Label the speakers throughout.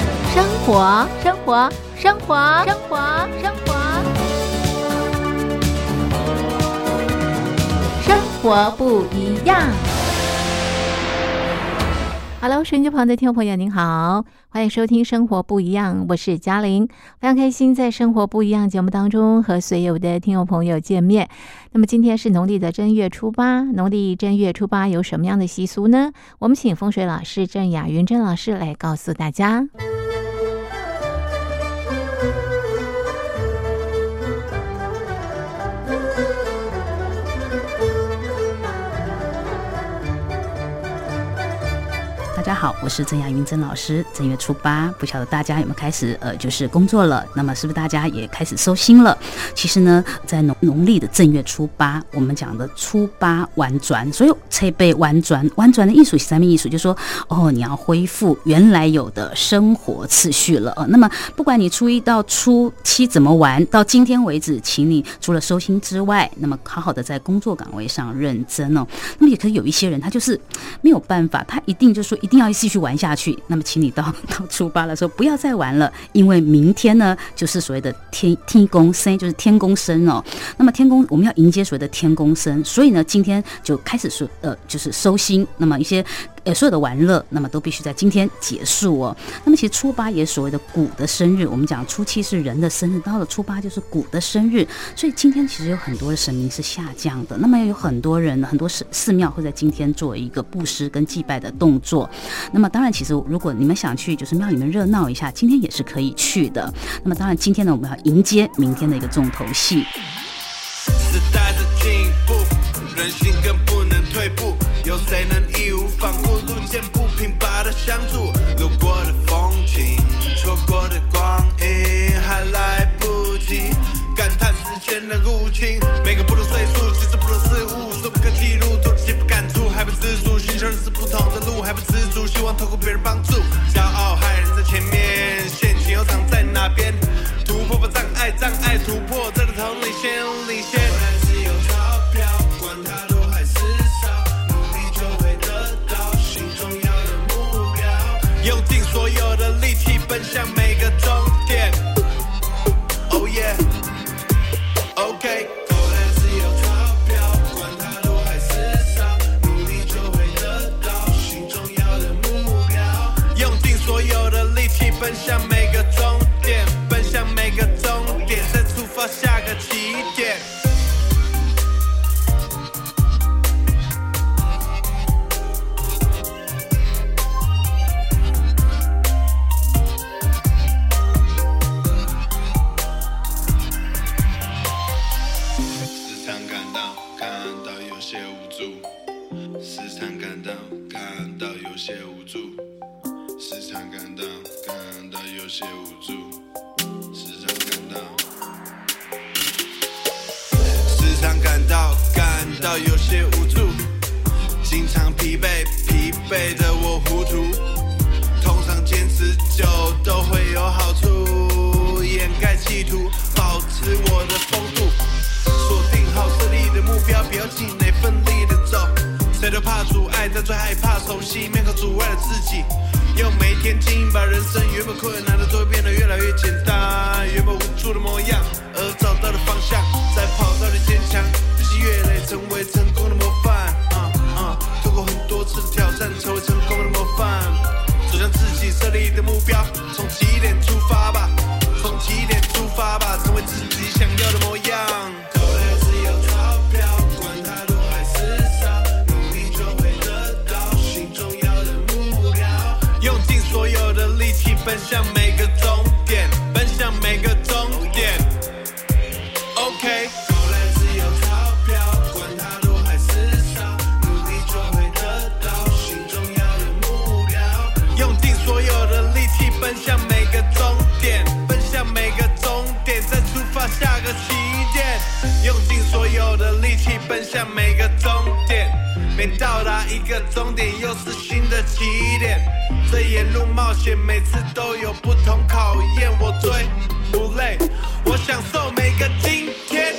Speaker 1: 活，生活，生活，生活，生活，生活不一样。Hello，收音机旁的听众朋友，您好，欢迎收听《生活不一样》，我是嘉玲，非常开心在《生活不一样》节目当中和所有的听众朋友见面。那么今天是农历的正月初八，农历正月初八有什么样的习俗呢？我们请风水老师郑雅云郑老师来告诉大家。
Speaker 2: 大家好，我是郑雅云郑老师。正月初八，不晓得大家有没有开始呃，就是工作了？那么是不是大家也开始收心了？其实呢，在农农历的正月初八，我们讲的初八婉转，所以这被婉转婉转的艺术，三面艺术，就说哦，你要恢复原来有的生活次序了哦、呃那么不管你初一到初七怎么玩，到今天为止，请你除了收心之外，那么好好的在工作岗位上认真哦。那么也可以有一些人，他就是没有办法，他一定就说一定要继续玩下去。那么，请你到到初八的时候不要再玩了，因为明天呢就是所谓的天天公生，就是天公生哦。那么天公我们要迎接所谓的天公生，所以呢今天就开始说呃就是收心，那么一些。呃，所有的玩乐，那么都必须在今天结束哦。那么其实初八也所谓的谷的生日，我们讲初七是人的生日，到了初八就是谷的生日，所以今天其实有很多的神明是下降的。那么有很多人，很多寺寺庙会在今天做一个布施跟祭拜的动作。那么当然，其实如果你们想去就是庙里面热闹一下，今天也是可以去的。那么当然，今天呢，我们要迎接明天的一个重头戏。
Speaker 3: 时代的进步，人性更不能退步。有谁能义无反顾、路见不平把它相助？路过的风景，错过的光阴，还来不及感叹时间的入侵。每个不同岁数，其实不同事物，说不可记录，做起不敢触，还不知足，寻求的是不同的路，还不知足，希望透过别人帮助，骄傲害人在前面，陷阱又藏在哪边？突破吧障碍，障碍突破，这里头领先，领先。果然是有钞票，管它多还是少，努力就会得到心中要的目标。用尽所有的力气奔向每个终点。Oh yeah。OK。果然是有钞票，管它多还是少，努力就会得到心中要的目标。用尽所有的力气奔向每个终点，奔向每个终点，再出发下个起点。时常感到感到有些无助，时常感到感到有些无助，时常感到感到有些无助，时常感到，时常感到感到有些无助，经常疲惫疲惫的我糊涂。通常坚持久都会有好处，掩盖企图，保持我的风度，锁定好胜利的目标，不要气馁，奋力的走。谁都怕阻碍，但最害怕熟悉，面和阻碍了自己。用每一天经营，把人生原本困难的都会变得越来越简单，原本无助的模样，而找到了方向，在跑道里坚强，日积月累，成为成功的模范。啊啊，通过很多次的挑战，成为成功的模范。走向自己设立的目标，从起点出发吧，从起点出发吧，成为自己想要的模样。口袋只有钞票，管它多还是少，努力就会得到心中要的目标。用尽所有的力气奔向每个终点，奔向每个终点。OK。口袋只有钞票，管它多还是少，努力就会得到心中要的目标。用尽所有的力气奔向每个终点，奔向每个终点，再出发下个起点。用尽所有的力气奔向每个终点，每到达一个终点又是新的起点。这沿路冒险，每次都有不同考验，我追不累，我享受每个今天。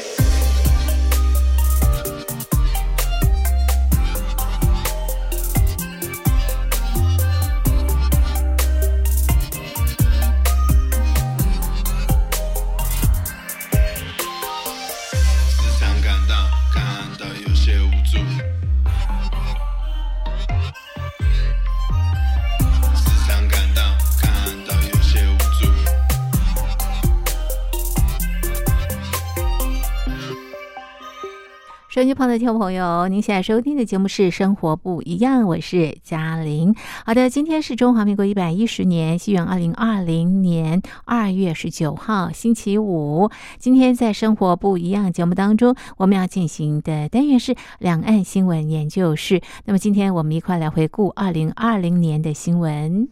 Speaker 1: 收音机旁的听众朋友，您现在收听的节目是《生活不一样》，我是嘉玲。好的，今天是中华民国一百一十年，西元二零二零年二月十九号，星期五。今天在《生活不一样》节目当中，我们要进行的单元是两岸新闻研究室。那么今天我们一块来回顾二零二零年的新闻。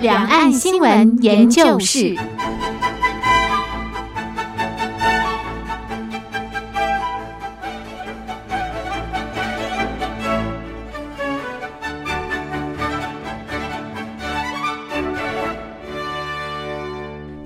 Speaker 4: 两岸新闻研究室。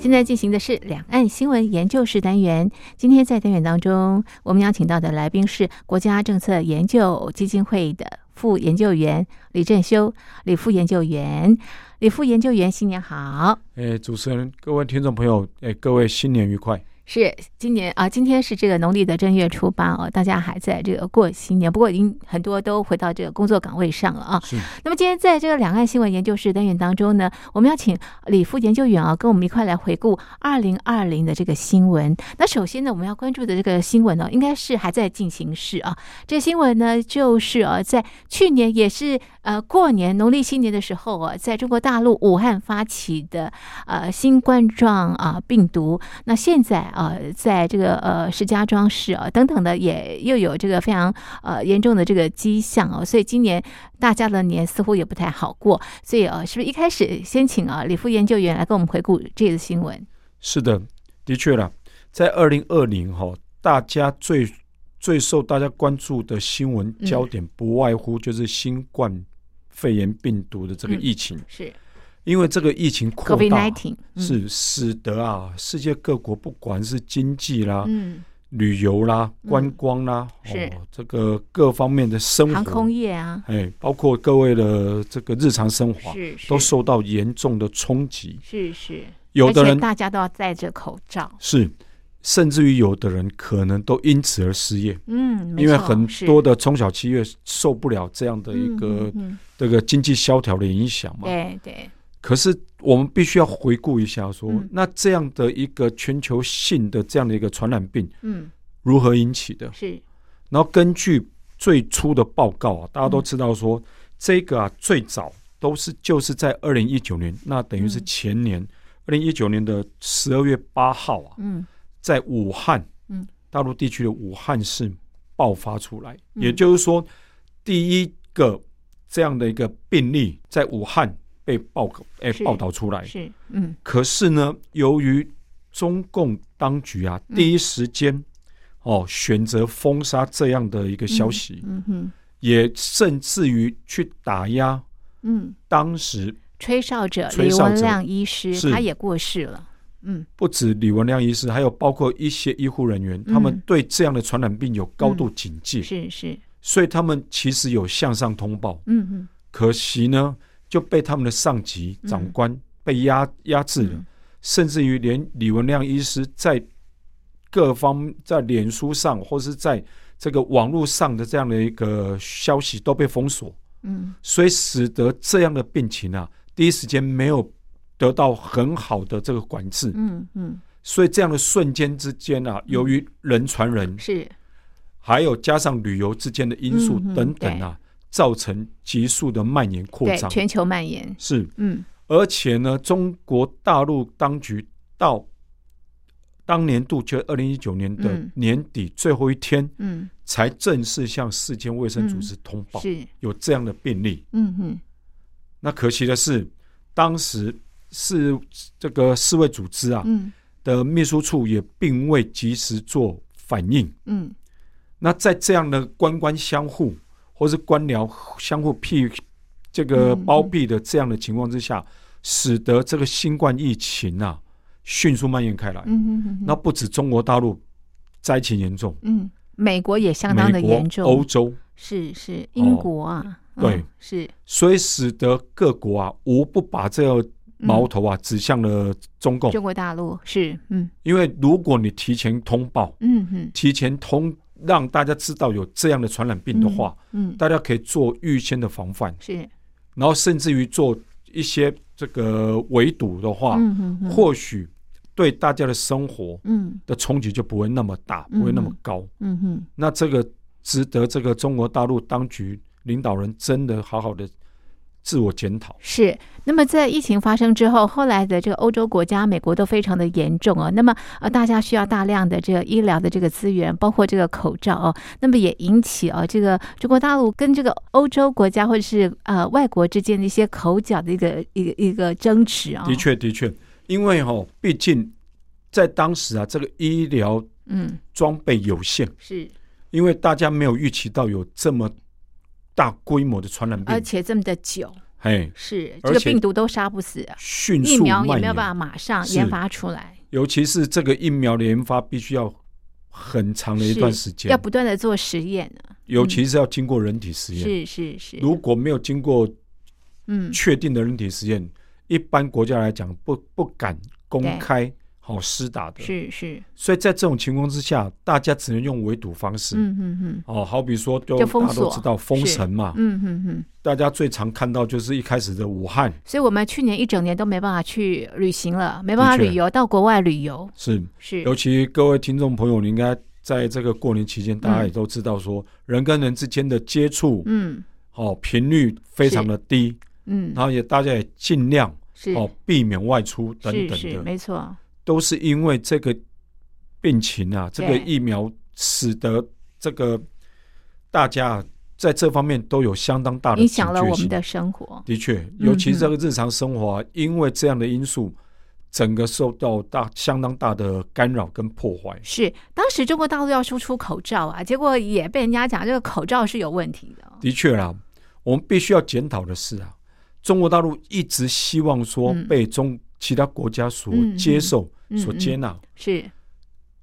Speaker 1: 现在进行的是两岸新闻研究室单元。今天在单元当中，我们邀请到的来宾是国家政策研究基金会的副研究员李正修，李副研究员。李副研究员，新年好！
Speaker 5: 诶，哎主持人、各位听众朋友，诶，各位新年愉快！
Speaker 1: 是今年啊，今天是这个农历的正月初八哦，大家还在这个过新年，不过已经很多都回到这个工作岗位上了啊。
Speaker 5: 是，
Speaker 1: 那么今天在这个两岸新闻研究室单元当中呢，我们要请李副研究员啊，跟我们一块来回顾二零二零的这个新闻。那首先呢，我们要关注的这个新闻呢、应该是还在进行式啊。这个新闻呢，就是呃、在去年也是呃过年农历新年的时候啊，在中国大陆武汉发起的呃新冠状啊、病毒，那现在啊、在这个呃石家庄市啊等等的也又有这个非常呃严重的这个迹象哦，所以今年大家的年似乎也不太好过，所以呃是不是一开始先请啊李副研究员来跟我们回顾这个新闻？
Speaker 5: 是的，的确啦，在二零二零哈，大家最最受大家关注的新闻
Speaker 1: 嗯
Speaker 5: 焦点，不外乎就是新冠肺炎病毒的这个
Speaker 1: 嗯
Speaker 5: 疫情，
Speaker 1: 是
Speaker 5: 因为这个疫情扩
Speaker 1: COVID
Speaker 5: 大
Speaker 1: nineteen 嗯
Speaker 5: 是使得啊，世界各国不管是经济啦、
Speaker 1: 嗯
Speaker 5: 旅游啦、
Speaker 1: 嗯
Speaker 5: 观光啦，
Speaker 1: 是
Speaker 5: 哦，这个各方面的生活，
Speaker 1: 航空业啊
Speaker 5: 哎，包括各位的这个日常生活，啊
Speaker 1: 是是
Speaker 5: 都受到严重的冲击。
Speaker 1: 是是，
Speaker 5: 有的
Speaker 1: 而且
Speaker 5: 人
Speaker 1: 大家都要戴着口罩，
Speaker 5: 是，甚至于有的人可能都因此而失业，
Speaker 1: 嗯，没
Speaker 5: 因为
Speaker 1: 错
Speaker 5: 很
Speaker 1: 是
Speaker 5: 多的中小企业受不了这样的一
Speaker 1: 嗯
Speaker 5: 个
Speaker 1: 嗯嗯
Speaker 5: 这个经济萧条的影响嘛。
Speaker 1: 对对
Speaker 5: 可是我们必须要回顾一下说，
Speaker 1: 嗯
Speaker 5: 那这样的一个全球性的这样的一个传染病
Speaker 1: 嗯
Speaker 5: 如何引起的？
Speaker 1: 是
Speaker 5: 然后根据最初的报告啊，大家都
Speaker 1: 嗯
Speaker 5: 知道说，这个啊最早都是就是在二零一九年，那等于是
Speaker 1: 嗯
Speaker 5: 前年二零一九年的十二月八号啊，
Speaker 1: 嗯
Speaker 5: 在武汉，
Speaker 1: 嗯，
Speaker 5: 大陆地区的武汉市爆发出来，
Speaker 1: 嗯
Speaker 5: 也就是说，第一个这样的一个病例在武汉被报告，哎、
Speaker 1: 是
Speaker 5: 报道出来。
Speaker 1: 是嗯
Speaker 5: 可是呢，由于中共当局啊，
Speaker 1: 嗯
Speaker 5: 第一时间、哦选择封杀这样的一个消息，
Speaker 1: 嗯哼
Speaker 5: 也甚至于去打压
Speaker 1: 嗯。
Speaker 5: 当时
Speaker 1: 吹哨者
Speaker 5: 吹
Speaker 1: 李
Speaker 5: 哨
Speaker 1: 文
Speaker 5: 者
Speaker 1: 亮医师，
Speaker 5: 是
Speaker 1: 他也过世了。嗯，
Speaker 5: 不止李文亮医师，还有包括一些医护人员，
Speaker 1: 嗯
Speaker 5: 他们对这样的传染病有高度警戒，
Speaker 1: 是是，
Speaker 5: 所以他们其实有向上通报，
Speaker 1: 嗯嗯，
Speaker 5: 可惜呢就被他们的上级
Speaker 1: 嗯
Speaker 5: 长官被压压制了，
Speaker 1: 嗯
Speaker 5: 甚至于连李文亮医师在各方在脸书上或是在这个网络上的这样的一个消息都被封锁，
Speaker 1: 嗯
Speaker 5: 所以使得这样的病情啊第一时间没有得到很好的这个管制，
Speaker 1: 嗯嗯，
Speaker 5: 所以这样的瞬间之间啊，由于人传人，
Speaker 1: 是
Speaker 5: 还有加上旅游之间的因素
Speaker 1: 嗯嗯
Speaker 5: 等等啊，造成急速的蔓延扩
Speaker 1: 对
Speaker 5: 张。
Speaker 1: 全球蔓延。
Speaker 5: 是，
Speaker 1: 嗯
Speaker 5: 而且呢，中国大陆当局到当年度就二零一九年的
Speaker 1: 嗯
Speaker 5: 年底最后一天，
Speaker 1: 嗯，
Speaker 5: 才正式向世界卫生组织通报、
Speaker 1: 是
Speaker 5: 有这样的病例。
Speaker 1: 嗯嗯
Speaker 5: 那可惜的是，当时是这个世卫组织啊、
Speaker 1: 嗯
Speaker 5: 的秘书处也并未及时做反应。
Speaker 1: 嗯
Speaker 5: 那在这样的官官相护，或是官僚相互庇这个
Speaker 1: 嗯嗯
Speaker 5: 包庇的这样的情况之下，使得这个新冠疫情啊迅速蔓延开来。
Speaker 1: 嗯嗯，
Speaker 5: 那不止中国大陆灾情严重，
Speaker 1: 嗯，美国也相当的
Speaker 5: 美国
Speaker 1: 严、
Speaker 5: 欧
Speaker 1: 重，
Speaker 5: 洲，
Speaker 1: 是是英国啊，嗯
Speaker 5: 对，
Speaker 1: 是
Speaker 5: 所以使得各国啊无不把这个矛头啊、指向了中共。
Speaker 1: 嗯中国大陆是嗯
Speaker 5: 因为如果你提前通报，
Speaker 1: 嗯嗯
Speaker 5: 提前通让大家知道有这样的传染病的话，
Speaker 1: 嗯
Speaker 5: 大家可以做预先的防范。
Speaker 1: 是
Speaker 5: 然后甚至于做一些这个围堵的话，
Speaker 1: 嗯嗯嗯
Speaker 5: 啊或许对大家的生活
Speaker 1: 嗯
Speaker 5: 的冲击就不会那么大，不会那么高。
Speaker 1: 嗯嗯
Speaker 5: 那这个值得这个中国大陆当局领导人真的好好的自我检讨。
Speaker 1: 是，那么在疫情发生之后，后来的这个欧洲国家、美国都非常的严重哦。那么呃，大家需要大量的这个医疗的这个资源，包括这个口罩哦。那么也引起哦，这个中国大陆跟这个欧洲国家或者是呃外国之间的一些口角的一个一个一个争执哦。
Speaker 5: 的，确，的确，因为哈、毕竟在当时啊，这个医疗
Speaker 1: 嗯，
Speaker 5: 装备有限，
Speaker 1: 是，
Speaker 5: 因为大家没有预期到有这么大规模的传染
Speaker 1: 而
Speaker 5: 病，
Speaker 1: 且这么的久，
Speaker 5: 嘿，
Speaker 1: 是这
Speaker 5: 嗯而
Speaker 1: 个
Speaker 5: 且
Speaker 1: 病毒都杀不死啊，
Speaker 5: 迅
Speaker 1: 疫
Speaker 5: 速
Speaker 1: 苗也
Speaker 5: 蔓
Speaker 1: 没有
Speaker 5: 延
Speaker 1: 办。法马上
Speaker 5: 是
Speaker 1: 研发出来，
Speaker 5: 尤其是这个疫苗的研发，必须要很长的一段时间
Speaker 1: 要，不嗯断的做实验呢。
Speaker 5: 尤其是要经过人体实验。
Speaker 1: 是是是，
Speaker 5: 如果没有经过
Speaker 1: 嗯
Speaker 5: 确定的人体实验，一般国家来讲不不敢公开好施打的。
Speaker 1: 是是，
Speaker 5: 所以在这种情况之下，大家只能用围堵方式。
Speaker 1: 嗯嗯嗯。
Speaker 5: 哦，好比说，就
Speaker 1: 就封
Speaker 5: 大家都
Speaker 1: 锁
Speaker 5: 知道封
Speaker 1: 是
Speaker 5: 城嘛，
Speaker 1: 嗯嗯嗯，
Speaker 5: 大家最常看到就是一开始的武汉
Speaker 1: 所以我们去年一整年都没办法去旅行了，没办法
Speaker 5: 的确
Speaker 1: 旅游，到国外旅游
Speaker 5: 是
Speaker 1: 是
Speaker 5: 尤其各位听众朋友，你应该在这个过年期间，大家
Speaker 1: 嗯
Speaker 5: 也都知道说，人跟人之间的接触，
Speaker 1: 嗯
Speaker 5: 哦，频率非常的低，
Speaker 1: 嗯
Speaker 5: 然后也大家也尽量
Speaker 1: 是
Speaker 5: 哦避免外出等
Speaker 1: 是
Speaker 5: 等
Speaker 1: 是
Speaker 5: 的，
Speaker 1: 没错，
Speaker 5: 都是因为这个病情啊，这个
Speaker 1: 对
Speaker 5: 疫苗使得这个大家在这方面都有相当大的
Speaker 1: 影响了
Speaker 5: 警觉
Speaker 1: 我们
Speaker 5: 性
Speaker 1: 的嗯生活，
Speaker 5: 的确，尤其这个日常生活、啊，因为这样的因素，整个受到大相当大的干扰跟破坏。
Speaker 1: 是当时中国大陆要输出口罩啊，结果也被人家讲这个口罩是有问题的，
Speaker 5: 的确啦，我们必须要检讨的是啊，中国大陆一直希望说
Speaker 1: 嗯
Speaker 5: 被中其他国家所
Speaker 1: 嗯嗯
Speaker 5: 接受、
Speaker 1: 嗯
Speaker 5: 所接纳，
Speaker 1: 是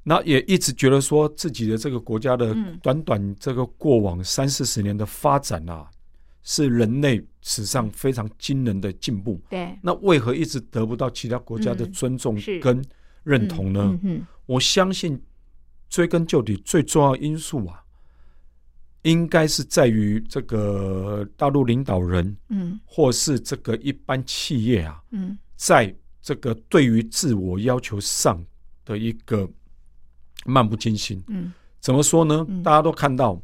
Speaker 5: 那也一直觉得说自己的这个国家的
Speaker 1: 嗯
Speaker 5: 短短这个过往三四十年的发展啊，是人类史上非常惊人的进步。
Speaker 1: 对
Speaker 5: 那为何一直得不到其他国家的
Speaker 1: 嗯
Speaker 5: 尊重
Speaker 1: 是
Speaker 5: 跟认同呢？
Speaker 1: 嗯嗯
Speaker 5: 我相信追根究底，最重要因素啊，应该是在于这个大陆领导人
Speaker 1: 嗯
Speaker 5: 或是这个一般企业啊，
Speaker 1: 嗯
Speaker 5: 在这个对于自我要求上的一个漫不经心。
Speaker 1: 嗯
Speaker 5: 怎么说呢
Speaker 1: 嗯？
Speaker 5: 大家都看到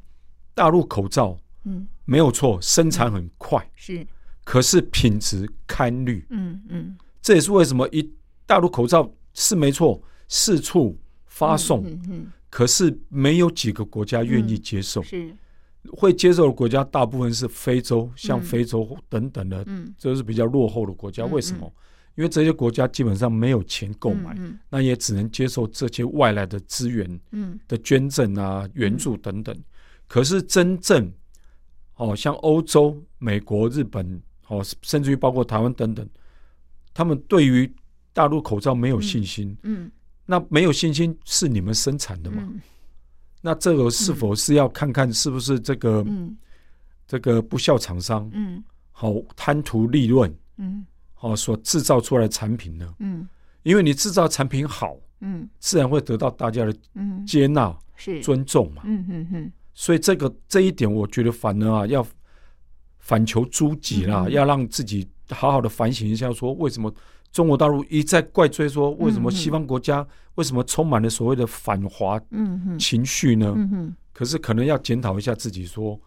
Speaker 5: 大陆口罩
Speaker 1: 嗯
Speaker 5: 没有错，生产很快，
Speaker 1: 是
Speaker 5: 可是品质堪虑。
Speaker 1: 嗯嗯
Speaker 5: 这也是为什么一大陆口罩是没错，四处发送。
Speaker 1: 嗯嗯
Speaker 5: 可是没有几个国家愿意接受，
Speaker 1: 是
Speaker 5: 会接受的国家大部分是非洲，像
Speaker 1: 嗯
Speaker 5: 非洲等等的，
Speaker 1: 嗯
Speaker 5: 这是比较落后的国家。
Speaker 1: 嗯
Speaker 5: 为什么？因为这些国家基本上没有钱购买，
Speaker 1: 嗯
Speaker 5: 那也只能接受这些外来的资源
Speaker 1: 嗯
Speaker 5: 的捐赠啊、援助等等。可是真正哦，像欧洲、美国、日本哦，甚至于包括台湾等等，他们对于大陆口罩没有信心。
Speaker 1: 嗯
Speaker 5: 那没有信心是你们生产的嘛？
Speaker 1: 嗯
Speaker 5: 那这个是否是要看看是不是这个、
Speaker 1: 嗯
Speaker 5: 这个不孝厂商
Speaker 1: 嗯
Speaker 5: 好、贪图利润
Speaker 1: 嗯
Speaker 5: 好、所制造出来的产品呢？
Speaker 1: 嗯
Speaker 5: 因为你制造产品好，
Speaker 1: 嗯
Speaker 5: 自然会得到大家的
Speaker 1: 嗯
Speaker 5: 接纳、
Speaker 1: 是
Speaker 5: 尊重嘛。
Speaker 1: 嗯嗯嗯。
Speaker 5: 所以这个这一点，我觉得反而啊要反求诸己啦，
Speaker 1: 嗯
Speaker 5: 要让自己好好的反省一下，说为什么中国大陆一再怪罪说为什么
Speaker 1: 嗯嗯
Speaker 5: 西方国家为什么充满了所谓的反华
Speaker 1: 嗯哼，
Speaker 5: 情绪呢？
Speaker 1: 嗯哼，
Speaker 5: 可是可能要检讨一下自己说，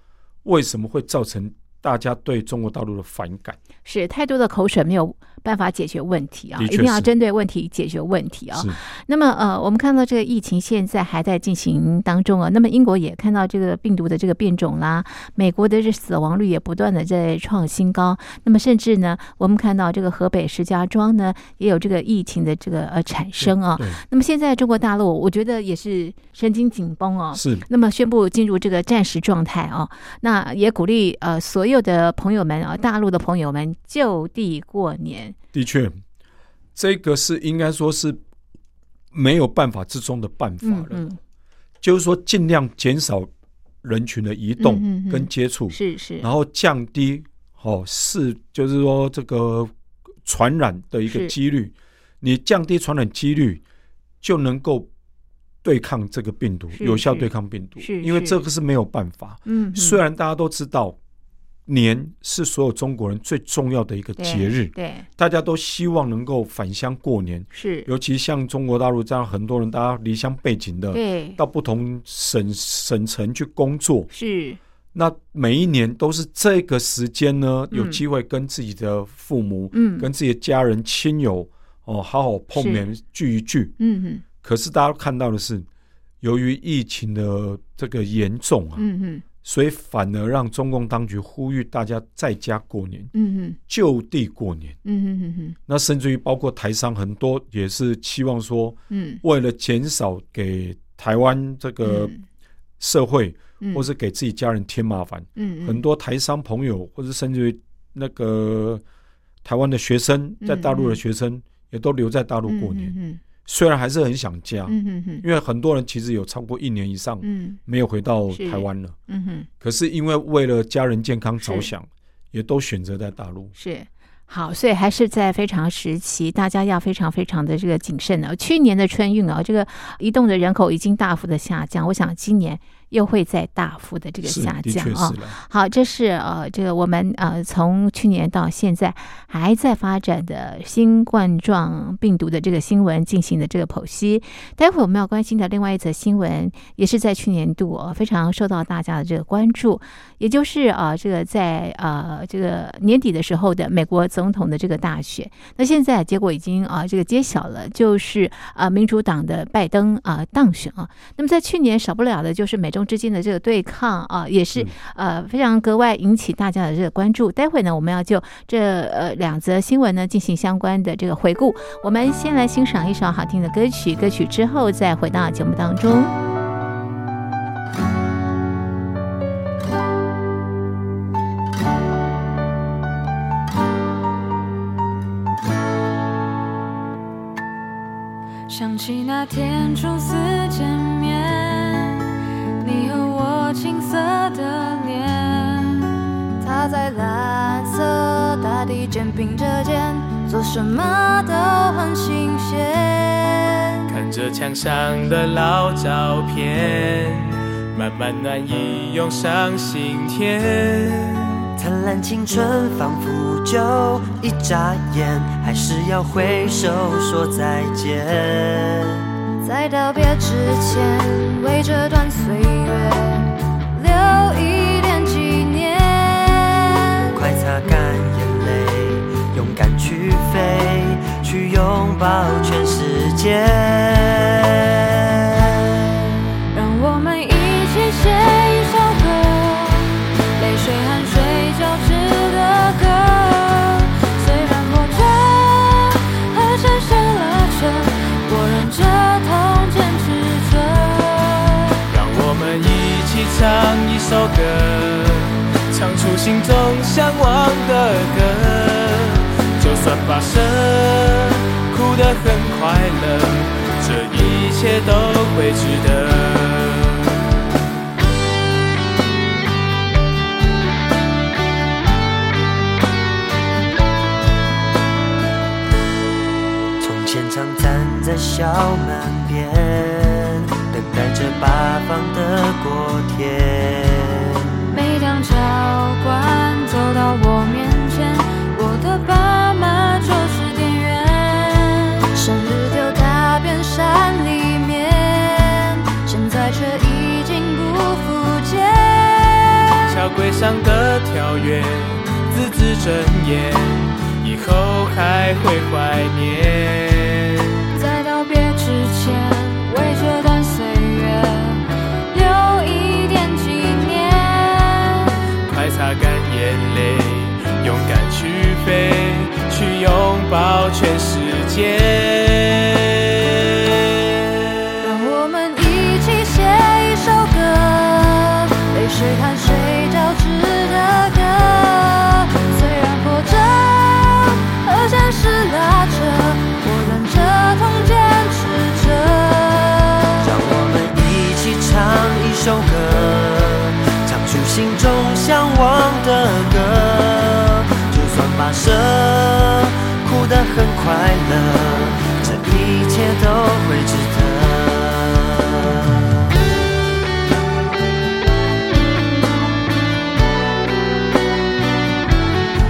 Speaker 5: 为什么会造成大家对中国大陆的反感？
Speaker 1: 是太多的口水没有办法解决问题啊，
Speaker 5: 的
Speaker 1: 一
Speaker 5: 确
Speaker 1: 定要
Speaker 5: 是
Speaker 1: 针对问题解决问题啊。
Speaker 5: 是
Speaker 1: 那么呃，我们看到这个疫情现在还在进行当中啊。那么英国也看到这个病毒的这个变种啦，美国的这死亡率也不断的在创新高。那么甚至呢，我们看到这个河北石家庄呢也有这个疫情的这个呃产生啊。
Speaker 5: 对，
Speaker 1: 那么现在中国大陆，我觉得也是神经紧绷哦。
Speaker 5: 是
Speaker 1: 那么宣布进入这个战时状态啊，那也鼓励呃所有的朋友们啊，大陆的朋友们就地过年。
Speaker 5: 的确，这个是应该说是没有办法之中的办法
Speaker 1: 嗯
Speaker 5: 了，
Speaker 1: 嗯，
Speaker 5: 就是说尽量减少人群的移动
Speaker 1: 嗯嗯嗯
Speaker 5: 跟接触，
Speaker 1: 是是
Speaker 5: 然，后降低哦是就是说这个传染的一
Speaker 1: 是
Speaker 5: 个几率，你降低传染几率就能够。对抗这个病毒，
Speaker 1: 是
Speaker 5: 有效
Speaker 1: 是
Speaker 5: 对抗病毒，
Speaker 1: 是
Speaker 5: 因为
Speaker 1: 是
Speaker 5: 这个是没有办法。
Speaker 1: 嗯，嗯
Speaker 5: 虽然大家都知道年是所有中国人最重要的一个
Speaker 1: 对
Speaker 5: 节日，
Speaker 1: 对，
Speaker 5: 大家都希望能够返乡过年，
Speaker 1: 是，
Speaker 5: 尤其像中国大陆这样很多人，大家离乡背景的，
Speaker 1: 对，
Speaker 5: 到不同省省城去工作，
Speaker 1: 是，
Speaker 5: 那每一年都是这个时间呢，
Speaker 1: 嗯
Speaker 5: 有机会跟自己的父母、
Speaker 1: 嗯，
Speaker 5: 跟自己的家人、亲友哦好好碰面聚一聚。
Speaker 1: 嗯
Speaker 5: 可是大家看到的是，由于疫情的这个严重啊，
Speaker 1: 嗯嗯
Speaker 5: 所以反而让中共当局呼吁大家在家过年、
Speaker 1: 嗯
Speaker 5: 就地过年。
Speaker 1: 嗯嗯
Speaker 5: 那甚至于包括台商很多也是期望说，
Speaker 1: 嗯
Speaker 5: 为了减少给台湾这个
Speaker 1: 嗯
Speaker 5: 社会、
Speaker 1: 嗯，
Speaker 5: 或是给自己家人添麻烦，
Speaker 1: 嗯
Speaker 5: 很多台商朋友，或者甚至于那个台湾的学生，在大陆的学生也都留在大陆过年，啊
Speaker 1: 嗯
Speaker 5: 虽然还是很想家，
Speaker 1: 嗯嗯
Speaker 5: 因为很多人其实有超过一年以上
Speaker 1: 嗯
Speaker 5: 没有回到
Speaker 1: 是
Speaker 5: 台湾了，
Speaker 1: 嗯嗯，
Speaker 5: 可是因为为了家人健康着
Speaker 1: 是
Speaker 5: 想，也都选择在大陆。
Speaker 1: 是。好，所以还是在非常时期，大家要非常非常的这个谨慎哦。去年的春运哦，这个移动的人口已经大幅的下降，我想今年又会再大幅的这个
Speaker 5: 是，
Speaker 1: 下
Speaker 5: 的确
Speaker 1: 降啊、
Speaker 5: 是了。
Speaker 1: 好，这是呃，这个我们呃从去年到现在还在发展的新冠状病毒的这个新闻进行的这个剖析。待会儿我们要关心的另外一则新闻，也是在去年度、呃、非常受到大家的这个关注，也就是呃这个在呃这个年底的时候的美国总统的这个大选。那现在结果已经啊、呃这个揭晓了，就是啊、呃民主党的拜登啊、呃当选啊。那么在去年少不了的就是美中之间的这个对抗啊、也是
Speaker 5: 嗯
Speaker 1: 呃非常格外引起大家的这个关注。待会呢，我们要就这呃两则新闻呢进行相关的这个回顾。我们先来欣赏一首好听的歌曲，歌曲之后再回到节目当中。
Speaker 6: 想起那天初次见面，你和我青涩的脸，
Speaker 7: 他在蓝色大地肩并着肩，做什么都很新鲜。
Speaker 8: 看着墙上的老照片，慢慢暖意涌上心田。
Speaker 9: 灿烂青春仿佛就一眨眼，还是要挥手说再见。
Speaker 7: 在道别之前，为这段岁月留一点纪念。
Speaker 9: 快擦干眼泪，勇敢去飞，去拥抱全世界。
Speaker 6: 让我们一起写一首歌，泪水和睡觉时的歌。虽然活着和神上了车，我忍着痛坚持着。
Speaker 8: 让我们一起唱一首歌，唱出心中向往的歌。就算跋涉，哭得很快乐，这一切都会值得。
Speaker 9: 从前常站在小门边，等待着八方的过天。
Speaker 6: 每当教官走到我面前，我的爸妈就是店员。
Speaker 7: 生日丢大便山里面，现在却已经不复见。
Speaker 8: 桥轨上的跳跃，字字真言，以后还会怀念。
Speaker 6: 在道别之前，为这段岁月留一点纪念。
Speaker 8: 快擦干眼泪，勇敢去飞，去拥抱全世界。
Speaker 7: 让我们一起写一首歌，泪水和睡觉时的歌。虽然活着和现实拉扯，我忍着痛坚持着。
Speaker 9: 让我们一起唱一首歌，唱出心中向往的歌。就算跋涉，哭得很快乐，这一切都会值得。
Speaker 6: 让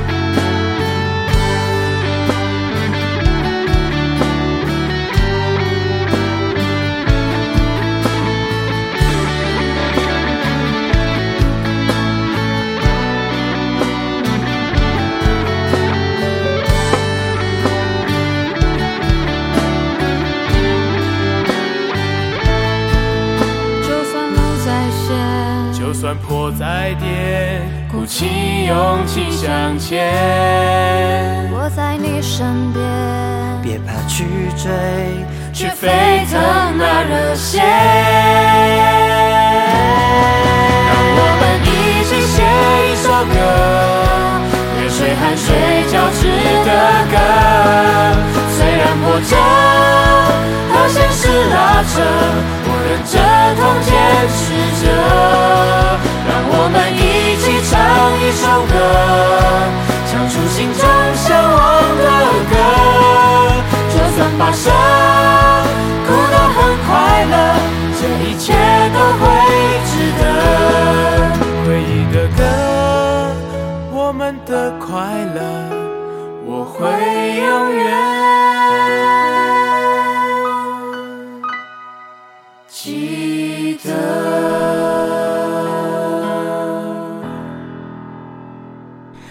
Speaker 8: 我在点，鼓起勇气向前，
Speaker 7: 我在你身边，
Speaker 9: 别怕去追，
Speaker 8: 去沸腾那热血。让我们一起写一首歌，泪水汗水交织的歌，虽然活着和现实拉扯，我忍着痛坚持着。让我们一起唱一首歌，唱出心中向往的歌，就算跋涉，哭得很快乐，这一切都会值得。回忆的歌，我们的快乐，我会永远记得。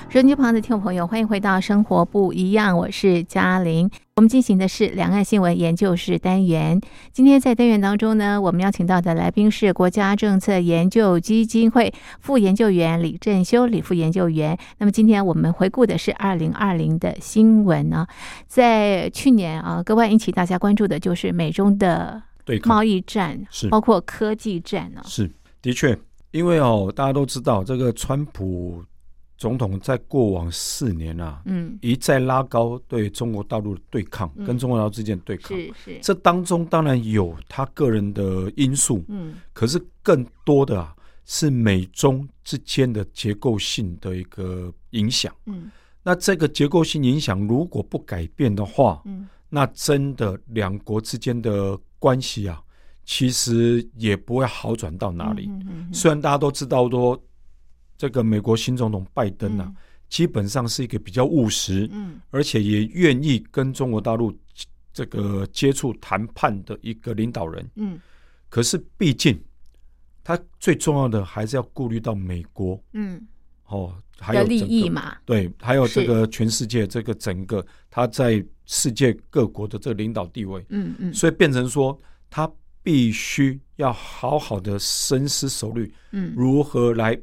Speaker 1: 收音机旁的听众朋友，欢迎回到《生活不一样》，我是嘉玲。我们进行的是两岸新闻研究室单元。今天在单元当中呢，我们邀请到的来宾是国家政策研究基金会副研究员李正修李副研究员。那么今天我们回顾的是二零二零的新闻呢、在去年啊，格外引起大家关注的就是美中的
Speaker 5: 对抗
Speaker 1: 贸易战，
Speaker 5: 是
Speaker 1: 包括科技战啊呢、
Speaker 5: 是的确，因为哦，大家都知道，这个川普总统在过往四年啊，
Speaker 1: 嗯，
Speaker 5: 一再拉高对中国大陆的对抗，
Speaker 1: 嗯
Speaker 5: 跟中国大陆之间的对抗。
Speaker 1: 是是，
Speaker 5: 这当中当然有他个人的因素，
Speaker 1: 嗯
Speaker 5: 可是更多的啊是美中之间的结构性的一个影响。
Speaker 1: 嗯
Speaker 5: 那这个结构性影响如果不改变的话，
Speaker 1: 嗯
Speaker 5: 那真的两国之间的关系啊，其实也不会好转到哪里。
Speaker 1: 嗯嗯嗯
Speaker 5: 虽然大家都知道说，这个美国新总统拜登啊，基本上是一个比较务实，
Speaker 1: 嗯
Speaker 5: 而且也愿意跟中国大陆这个接触谈判的一个领导人。
Speaker 1: 嗯
Speaker 5: 可是毕竟，他最重要的还是要顾虑到美国
Speaker 1: 嗯
Speaker 5: 哦，还有
Speaker 1: 的利
Speaker 5: 整个
Speaker 1: 益嘛，
Speaker 5: 对，还有这
Speaker 1: 是
Speaker 5: 个全世界这个整个他在世界各国的这个领导地位，
Speaker 1: 嗯嗯
Speaker 5: 所以变成说他必须要好好的深思熟虑，
Speaker 1: 嗯
Speaker 5: 如何来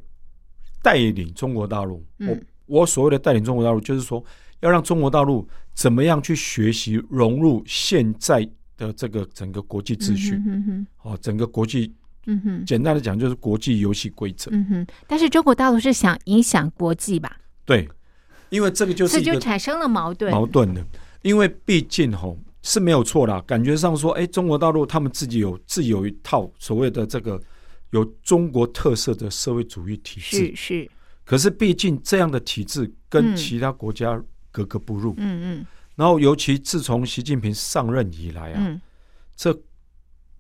Speaker 5: 带领中国大陆。
Speaker 1: 嗯
Speaker 5: 我我所谓的带领中国大陆，就是说要让中国大陆怎么样去学习融入现在的这个整个国际秩序，
Speaker 1: 嗯哼
Speaker 5: 哦，整个国际
Speaker 1: 嗯哼
Speaker 5: 简单的讲就是国际游戏规则。
Speaker 1: 嗯哼，但是中国大陆是想影响国际吧，
Speaker 5: 对，因为这个就
Speaker 1: 所
Speaker 5: 是
Speaker 1: 以
Speaker 5: 一
Speaker 1: 就
Speaker 5: 个
Speaker 1: 产生了矛盾。
Speaker 5: 矛盾的，因为毕竟吼是没有错啦，感觉上说，哎，中国大陆他们自己有自有一套所谓的这个有中国特色的社会主义体制
Speaker 1: 是，是，
Speaker 5: 可是毕竟这样的体制跟
Speaker 1: 嗯
Speaker 5: 其他国家格格不入。
Speaker 1: 嗯
Speaker 5: 然后，尤其自从习近平上任以来
Speaker 1: 嗯
Speaker 5: 啊，
Speaker 1: 嗯
Speaker 5: 这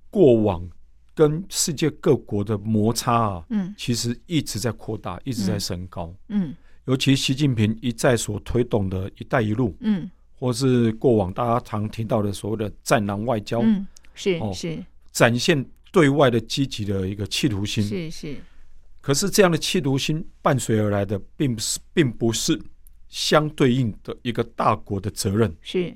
Speaker 5: 过往跟世界各国的摩擦啊，
Speaker 1: 嗯
Speaker 5: 其实一直在扩大，一直在升高。
Speaker 1: 嗯
Speaker 5: 尤其习近平一再所推动的“一带一路”，
Speaker 1: 嗯
Speaker 5: 或是过往大家常听到的所谓的“战狼外交”，
Speaker 1: 嗯，是
Speaker 5: 哦
Speaker 1: 是
Speaker 5: 展现对外的积极的一个企图心。
Speaker 1: 是是，
Speaker 5: 可是这样的企图心伴随而来的，并不是并不是相对应的一个大国的责任。
Speaker 1: 是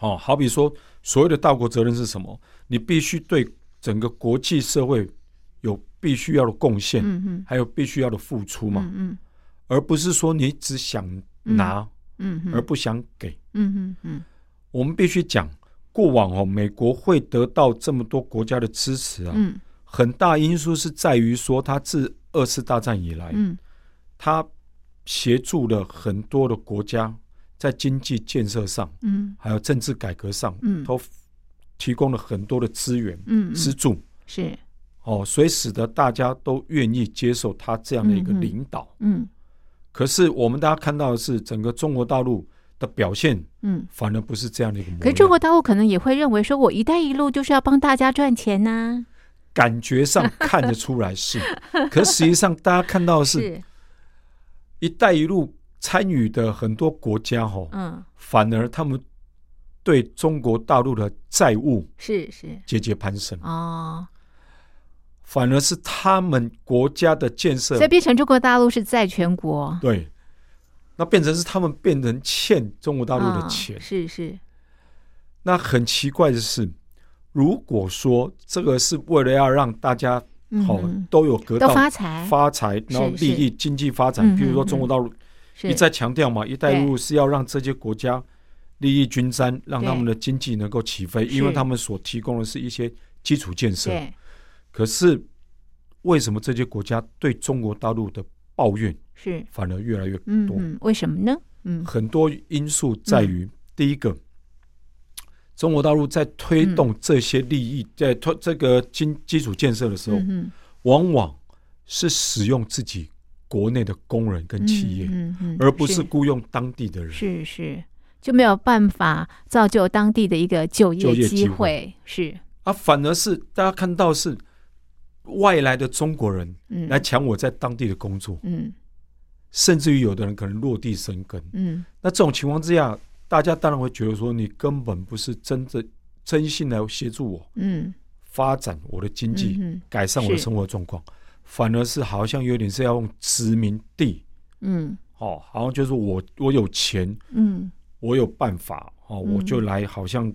Speaker 5: 哦，好比说，所谓的大国责任是什么？你必须对整个国际社会有必须要的贡献，
Speaker 1: 嗯嗯
Speaker 5: 还有必须要的付出嘛，
Speaker 1: 嗯
Speaker 5: 而不是说你只想拿、
Speaker 1: 嗯嗯，
Speaker 5: 而不想给。
Speaker 1: 嗯嗯嗯
Speaker 5: 我们必须讲，过往哦，美国会得到这么多国家的支持啊，
Speaker 1: 嗯
Speaker 5: 很大因素是在于说，他自二次大战以来，
Speaker 1: 嗯
Speaker 5: 他协助了很多的国家在经济建设上，
Speaker 1: 嗯
Speaker 5: 还有政治改革上，
Speaker 1: 嗯
Speaker 5: 都提供了很多的资源、
Speaker 1: 嗯，
Speaker 5: 资助
Speaker 1: 是
Speaker 5: 哦，所以使得大家都愿意接受他这样的一个
Speaker 1: 嗯嗯
Speaker 5: 领导。
Speaker 1: 嗯
Speaker 5: 可是我们大家看到的是，整个中国大陆的表现
Speaker 1: 嗯。
Speaker 5: 反而不是这样的一个模
Speaker 1: 可是
Speaker 5: 样。
Speaker 1: 中国大陆可能也会认为说，我“一带一路”就是要帮大家赚钱呐、
Speaker 5: 感觉上看得出来 是，可实际上大家看到的是“一带一路”参与的很多国家哦，
Speaker 1: 嗯，
Speaker 5: 反而他们对中国大陆的债务
Speaker 1: 是是
Speaker 5: 节节攀升，
Speaker 1: 哦，
Speaker 5: 反而是他们国家的建设
Speaker 1: 所以变成中国大陆是在全国
Speaker 5: 对，那变成是他们变成欠中国大陆的
Speaker 1: 嗯
Speaker 5: 钱。
Speaker 1: 是是，
Speaker 5: 那很奇怪的是，如果说这个是为了要让大家
Speaker 1: 嗯
Speaker 5: 好、
Speaker 1: 嗯
Speaker 5: 都有得
Speaker 1: 都
Speaker 5: 到
Speaker 1: 发财，
Speaker 5: 发财，然后
Speaker 1: 是
Speaker 5: 利益经济发展
Speaker 1: 嗯。
Speaker 5: 比如说
Speaker 1: 嗯
Speaker 5: 中国大陆
Speaker 1: 是
Speaker 5: 一再强调嘛，一带一路是要让这些国家利益均沾，让
Speaker 1: 对
Speaker 5: 他们的经济能够起飞，
Speaker 1: 是
Speaker 5: 因为他们所提供的是一些基础建设。
Speaker 1: 对，
Speaker 5: 可是为什么这些国家对中国大陆的抱怨
Speaker 1: 是，
Speaker 5: 反而越来越
Speaker 1: 嗯
Speaker 5: 多？
Speaker 1: 嗯，为什么呢？嗯，
Speaker 5: 很多因素在于、第一个，中国大陆在推
Speaker 1: 嗯
Speaker 5: 动这些利益，在推这个基基础建设的时候，
Speaker 1: 嗯
Speaker 5: 往往是使用自己国内的工人跟
Speaker 1: 嗯，
Speaker 5: 企业，
Speaker 1: 嗯嗯，嗯
Speaker 5: 而不是雇佣当地的人。
Speaker 1: 是是，就没有办法造就当地的一个就
Speaker 5: 就业
Speaker 1: 机
Speaker 5: 机
Speaker 1: 会，是，
Speaker 5: 啊，反而是大家看到是外来的中国人
Speaker 1: 嗯，
Speaker 5: 来抢我在当地的工作，
Speaker 1: 嗯
Speaker 5: 甚至于有的人可能落地生根。
Speaker 1: 嗯，
Speaker 5: 那这种情况之下，大家当然会觉得说，你根本不是真正真心来协助我
Speaker 1: 嗯
Speaker 5: 发展我的经济，
Speaker 1: 嗯哼
Speaker 5: 改善我的
Speaker 1: 是
Speaker 5: 生活状况，反而是好像有点是要用殖民地
Speaker 1: 嗯
Speaker 5: 哦，好像就是我我有钱，
Speaker 1: 嗯
Speaker 5: 我有办法哦，
Speaker 1: 嗯
Speaker 5: 我就来好像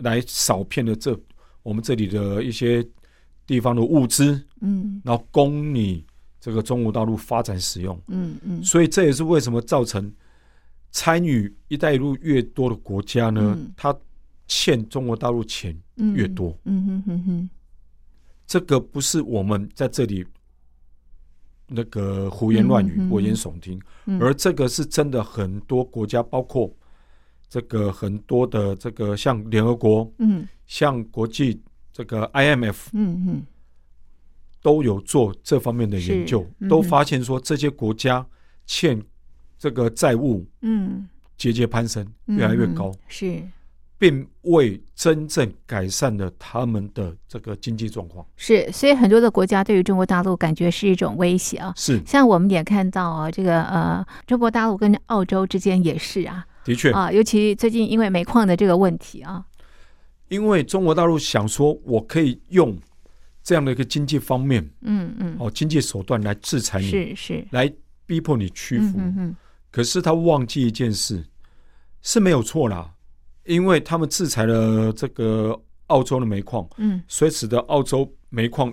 Speaker 5: 来扫遍了这我们这里的一些地方的物资，
Speaker 1: 嗯
Speaker 5: 然后供你这个中国大陆发展使用。
Speaker 1: 嗯嗯，
Speaker 5: 所以这也是为什么造成参与“一带一路”越多的国家呢，
Speaker 1: 嗯
Speaker 5: 它欠中国大陆钱
Speaker 1: 嗯
Speaker 5: 越多。，
Speaker 1: 嗯哼哼哼，
Speaker 5: 这个不是我们在这里那个胡言乱语、
Speaker 1: 嗯嗯嗯
Speaker 5: 危言耸听，
Speaker 1: 嗯
Speaker 5: 而这个是真的很多国家，包括这个很多的这个像联合国、
Speaker 1: 嗯
Speaker 5: 像国际这个 IMF
Speaker 1: 嗯嗯
Speaker 5: 都有做这方面的研究
Speaker 1: 是，嗯
Speaker 5: 都发现说这些国家欠这个债务
Speaker 1: 嗯
Speaker 5: 节节攀升，
Speaker 1: 嗯，
Speaker 5: 越来越
Speaker 1: 嗯
Speaker 5: 高，
Speaker 1: 是
Speaker 5: 并未真正改善了他们的这个经济状况。
Speaker 1: 是，所以很多的国家对于中国大陆感觉是一种威胁啊。
Speaker 5: 是
Speaker 1: 像我们也看到啊，这个呃，中国大陆跟澳洲之间也是啊，
Speaker 5: 的确，
Speaker 1: 啊，尤其最近因为煤矿的这个问题啊，
Speaker 5: 因为中国大陆想说，我可以用这样的一个经济方面
Speaker 1: 嗯嗯，
Speaker 5: 哦，经济手段来制裁你，
Speaker 1: 是是，
Speaker 5: 来逼迫你屈
Speaker 1: 嗯
Speaker 5: 服。
Speaker 1: 嗯嗯，
Speaker 5: 可是他忘记一件事，是没有错啦，因为他们制裁了这个澳洲的煤矿，
Speaker 1: 嗯，
Speaker 5: 所以使得澳洲煤矿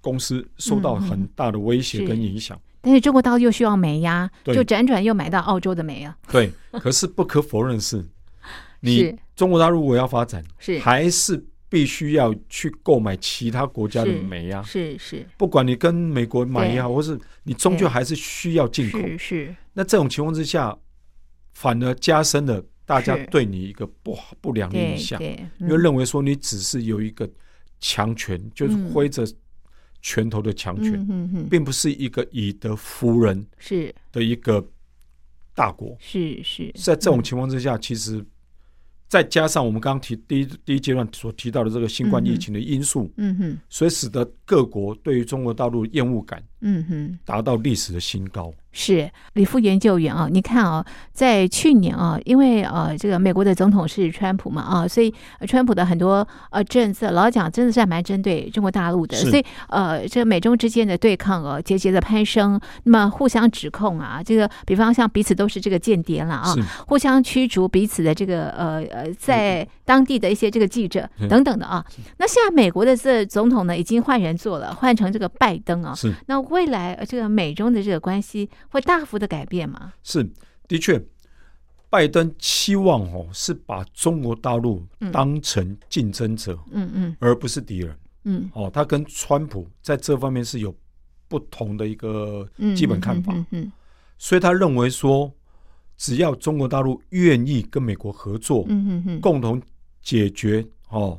Speaker 5: 公司受到很大的威
Speaker 1: 嗯
Speaker 5: 胁跟影响。
Speaker 1: 但是中国大陆又需要煤呀，
Speaker 5: 对
Speaker 1: 就辗转又买到澳洲的煤啊，
Speaker 5: 对，可是不可否认的 是，你
Speaker 1: 是
Speaker 5: 中国大陆如果要发展，
Speaker 1: 是
Speaker 5: 还是必须要去购买其他国家的煤啊。
Speaker 1: 是是
Speaker 5: 不管你跟美国买也好，或是你终究
Speaker 1: 对
Speaker 5: 还是需要进口。
Speaker 1: 是是，
Speaker 5: 那这种情况之下，反而加深了大家
Speaker 1: 是
Speaker 5: 对你一个不好不良的
Speaker 1: 对
Speaker 5: 印象，
Speaker 1: 对，嗯
Speaker 5: 因
Speaker 1: 因
Speaker 5: 为认为说你只是有一个强权，就是挥着拳头的强权，
Speaker 1: 嗯嗯嗯，
Speaker 5: 并不是一个以德服人
Speaker 1: 是
Speaker 5: 的一个大国。
Speaker 1: 是是，
Speaker 5: 在这种情况之下，其实再加上我们刚刚提第一第一阶段所提到的这个新冠疫情的因素，
Speaker 1: 嗯哼
Speaker 5: 所以使得各国对于中国大陆的厌恶感
Speaker 1: 嗯哼。
Speaker 5: 达到历史的新高。
Speaker 1: 是李副研究员啊，你看啊，在去年啊，因为呃，这个美国的总统是川普嘛啊，所以呃川普的很多呃政策，老实讲真的是还蛮针对中国大陆的，
Speaker 5: 是
Speaker 1: 所以呃，这个美中之间的对抗呃，节节的攀升，那么互相指控啊，这个比方像彼此都是这个间谍了啊
Speaker 5: 是，
Speaker 1: 互相驱逐彼此的这个呃呃，在当地的一些这个记者
Speaker 5: 嗯
Speaker 1: 等等的啊。那现在美国的这总统呢，已经换人做了，换成这个拜登啊，
Speaker 5: 是
Speaker 1: 那未来呃这个美中的这个关系会大幅的改变吗？
Speaker 5: 是，的确，拜登期望哦是把中国大陆当成竞争者，
Speaker 1: 嗯嗯
Speaker 5: 而不是敌人。
Speaker 1: 嗯，
Speaker 5: 哦，他跟川普在这方面是有不同的一个基本看法，
Speaker 1: 嗯嗯
Speaker 5: 所以他认为说，只要中国大陆愿意跟美国合作，
Speaker 1: 嗯嗯
Speaker 5: 共同解决哦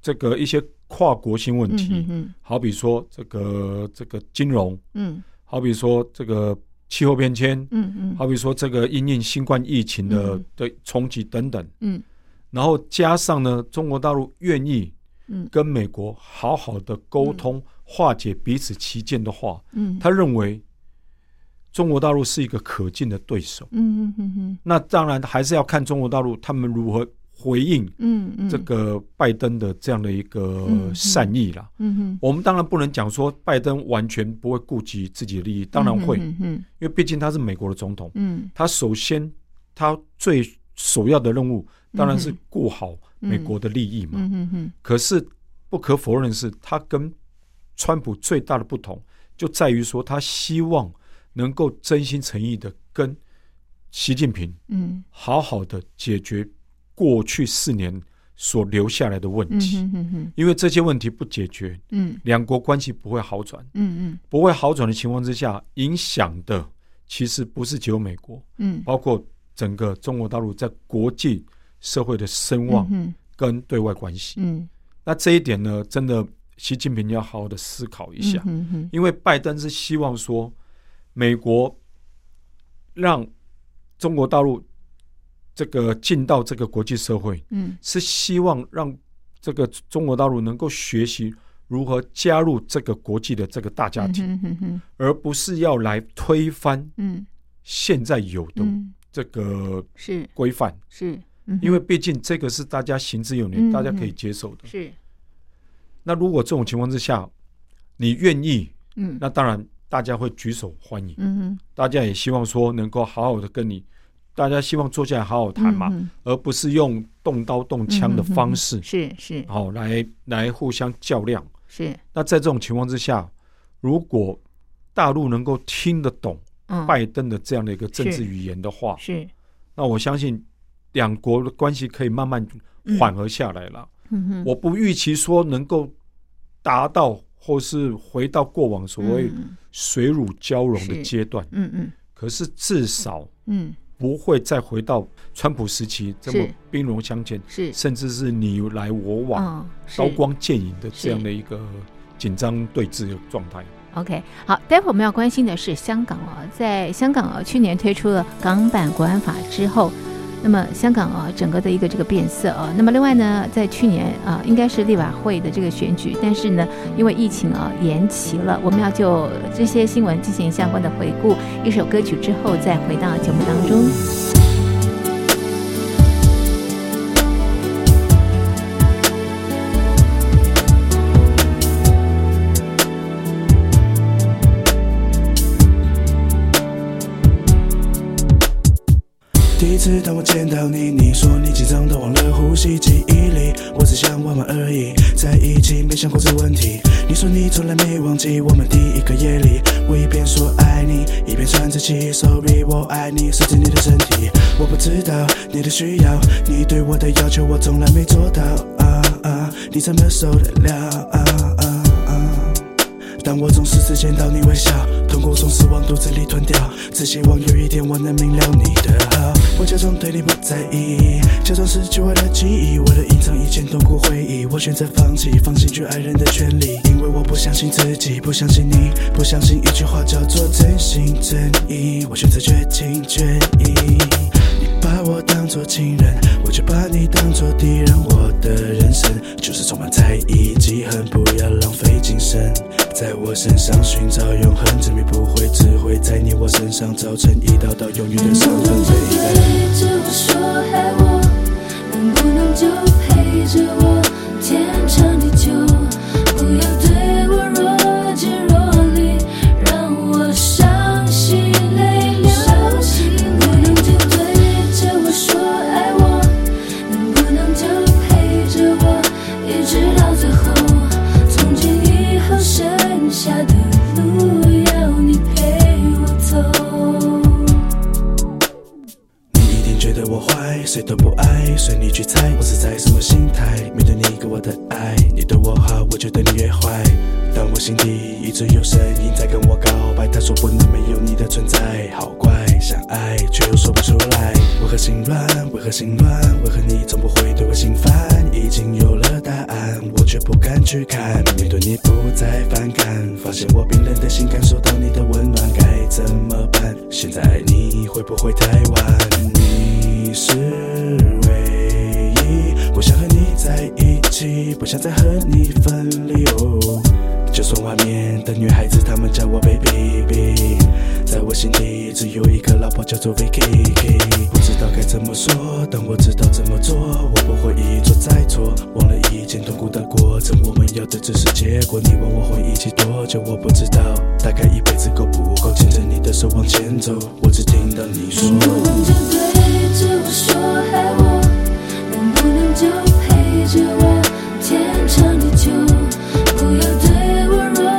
Speaker 5: 这个一些跨国性问题，
Speaker 1: 嗯
Speaker 5: 好比说这个这个金融，
Speaker 1: 嗯
Speaker 5: 好比说这个气候变迁，
Speaker 1: 嗯
Speaker 5: 好比说这个因应新冠疫情的、
Speaker 1: 嗯
Speaker 5: 的冲击等等，
Speaker 1: 嗯
Speaker 5: 然后加上呢，中国大陆愿意
Speaker 1: 嗯
Speaker 5: 跟美国好好的沟通、化解彼此歧见的话，
Speaker 1: 嗯，
Speaker 5: 他认为中国大陆是一个可敬的对手。
Speaker 1: 嗯嗯嗯
Speaker 5: 那当然还是要看中国大陆他们如何回应
Speaker 1: 嗯嗯
Speaker 5: 这个拜登的这样的一个
Speaker 1: 嗯
Speaker 5: 善意啦。
Speaker 1: 嗯嗯
Speaker 5: 我们当然不能讲说拜登完全不会顾及自己的利益，当然会，
Speaker 1: 嗯嗯
Speaker 5: 因为毕竟他是美国的总统。
Speaker 1: 嗯
Speaker 5: 他首先他最首要的任务当然是顾好美国的利益嘛。
Speaker 1: 嗯嗯嗯
Speaker 5: 可是不可否认的是，他跟川普最大的不同就在于说，他希望能够真心诚意的跟习近平
Speaker 1: 嗯
Speaker 5: 好好的解决过去四年所留下来的问
Speaker 1: 嗯
Speaker 5: 题，
Speaker 1: 哼哼哼
Speaker 5: 因为这些问题不解决，
Speaker 1: 嗯
Speaker 5: 两国关系不会好转。
Speaker 1: 嗯
Speaker 5: 不会好转的情况之下，影响的其实不是只有美国，
Speaker 1: 嗯
Speaker 5: 包括整个中国大陆在国际社会的声
Speaker 1: 嗯
Speaker 5: 望
Speaker 1: 嗯
Speaker 5: 跟对外关系。
Speaker 1: 嗯
Speaker 5: 那这一点呢，真的习近平要好好的思考一下，
Speaker 1: 嗯哼
Speaker 5: 因为拜登是希望说美国让中国大陆这个进到这个国际社会，
Speaker 1: 嗯
Speaker 5: 是希望让这个中国大陆能够学习如何加入这个国际的这个大家庭，
Speaker 1: 嗯哼哼
Speaker 5: 而不是要来推翻
Speaker 1: 嗯
Speaker 5: 现在有的
Speaker 1: 嗯
Speaker 5: 这个
Speaker 1: 是
Speaker 5: 规范，
Speaker 1: 是，
Speaker 5: 因为毕竟这个是大家行之有年，
Speaker 1: 嗯
Speaker 5: 大家可以接受的。
Speaker 1: 是
Speaker 5: 那如果这种情况之下，你愿意，
Speaker 1: 嗯
Speaker 5: 那当然大家会举手欢迎，
Speaker 1: 嗯
Speaker 5: 大家也希望说能够好好的跟你，大家希望坐下来好好谈嘛，
Speaker 1: 嗯
Speaker 5: 而不是用动刀动枪的方式，
Speaker 1: 是是
Speaker 5: 好、来来互相较量。
Speaker 1: 是
Speaker 5: 那在这种情况之下，如果大陆能够听得懂
Speaker 1: 嗯
Speaker 5: 拜登的这样的一个政
Speaker 1: 是
Speaker 5: 治语言的话，
Speaker 1: 嗯是
Speaker 5: 那我相信两国的关系可以慢慢缓和下来了。
Speaker 1: 嗯哼
Speaker 5: 我不预期说能够达到或是回到过往所谓
Speaker 1: 嗯
Speaker 5: 水乳交融的阶段，
Speaker 1: 嗯嗯
Speaker 5: 可是至少
Speaker 1: 嗯
Speaker 5: 不会再回到川普时期这么
Speaker 1: 是
Speaker 5: 兵戎相见，
Speaker 1: 是
Speaker 5: 甚至是你来我往、
Speaker 1: 嗯
Speaker 5: 刀
Speaker 1: 是
Speaker 5: 光剑影的
Speaker 1: 是
Speaker 5: 这样的一个紧张对峙的状态。
Speaker 1: OK，好，待会儿我们要关心的是香港啊，在香港啊，去年推出了港版国安法之后，那么香港啊，整个的一个这个变色啊，那么另外呢，在去年啊，应该是立法会的这个选举，但是呢，因为疫情啊延期了，我们要就这些新闻进行相关的回顾，一首歌曲之后再回到节目当中。
Speaker 10: 第一次当我见到你，你说你紧张的忘了呼吸，记忆里我只想玩玩而已，在一起没想过这问题。你说你从来没忘记我们第一个夜里，我一边说爱你，一边喘着气，Sorry 我爱你，塞进你的身体。我不知道你的需要，你对我的要求我从来没做到，啊啊，你怎么受得了？啊啊啊！但我总是只见到你微笑，痛苦从失望肚子里吞掉，只希望有一天我能明了你的好。我假装对你不在意，假装失去我的记忆，我的隐藏以前痛苦回忆，我选择放弃，放弃去爱人的权利，因为我不相信自己，不相信你，不相信一句话叫做真心真意，我选择绝情绝义。你把我当作情人，我却把你当作敌人。我的人生就是充满猜疑、记恨，不要浪费精神，在我身上寻找永恒，执迷不悔，只会在你我身上造成一道道永远的伤痕。
Speaker 7: 你陪着我说爱我，能不能就陪着我天长地久？不要对我若即若离，让我伤心泪流。能不能就对着我说爱我，能不能就陪着我一直到最后？从今以后剩下的路要你陪我走。
Speaker 10: 你一定觉得我坏，谁都不爱，随你去猜，我是在什么心态？面对你给我的爱，你对我好，我觉得你越坏。但我心底一直有声音在跟我告白，他说不能没有你的存在，好怪，想爱却又说不出来，为何心乱？为何心乱？为何你从不会对我心烦？已经有了答案，我却不敢去看，面对你不再反感，发现我冰冷的心感受到你的温暖，该怎么办？现在爱你会不会太晚？你是唯一，不想和你在一起，不想再和你分离哦。就算外面的女孩子她们叫我 baby baby，在我心底只有一个老婆叫做 Vicky。不知道该怎么说，但我知道怎么做，我不会一错再错，忘了以前痛苦的过程。我们要的只是结果，你问我会一起多久，我不知道，大概一辈子够不够？牵着你的手往前走，我只听到你说。
Speaker 7: 能不能就对着我说爱我？能不能就陪着我天长地久？不要对我若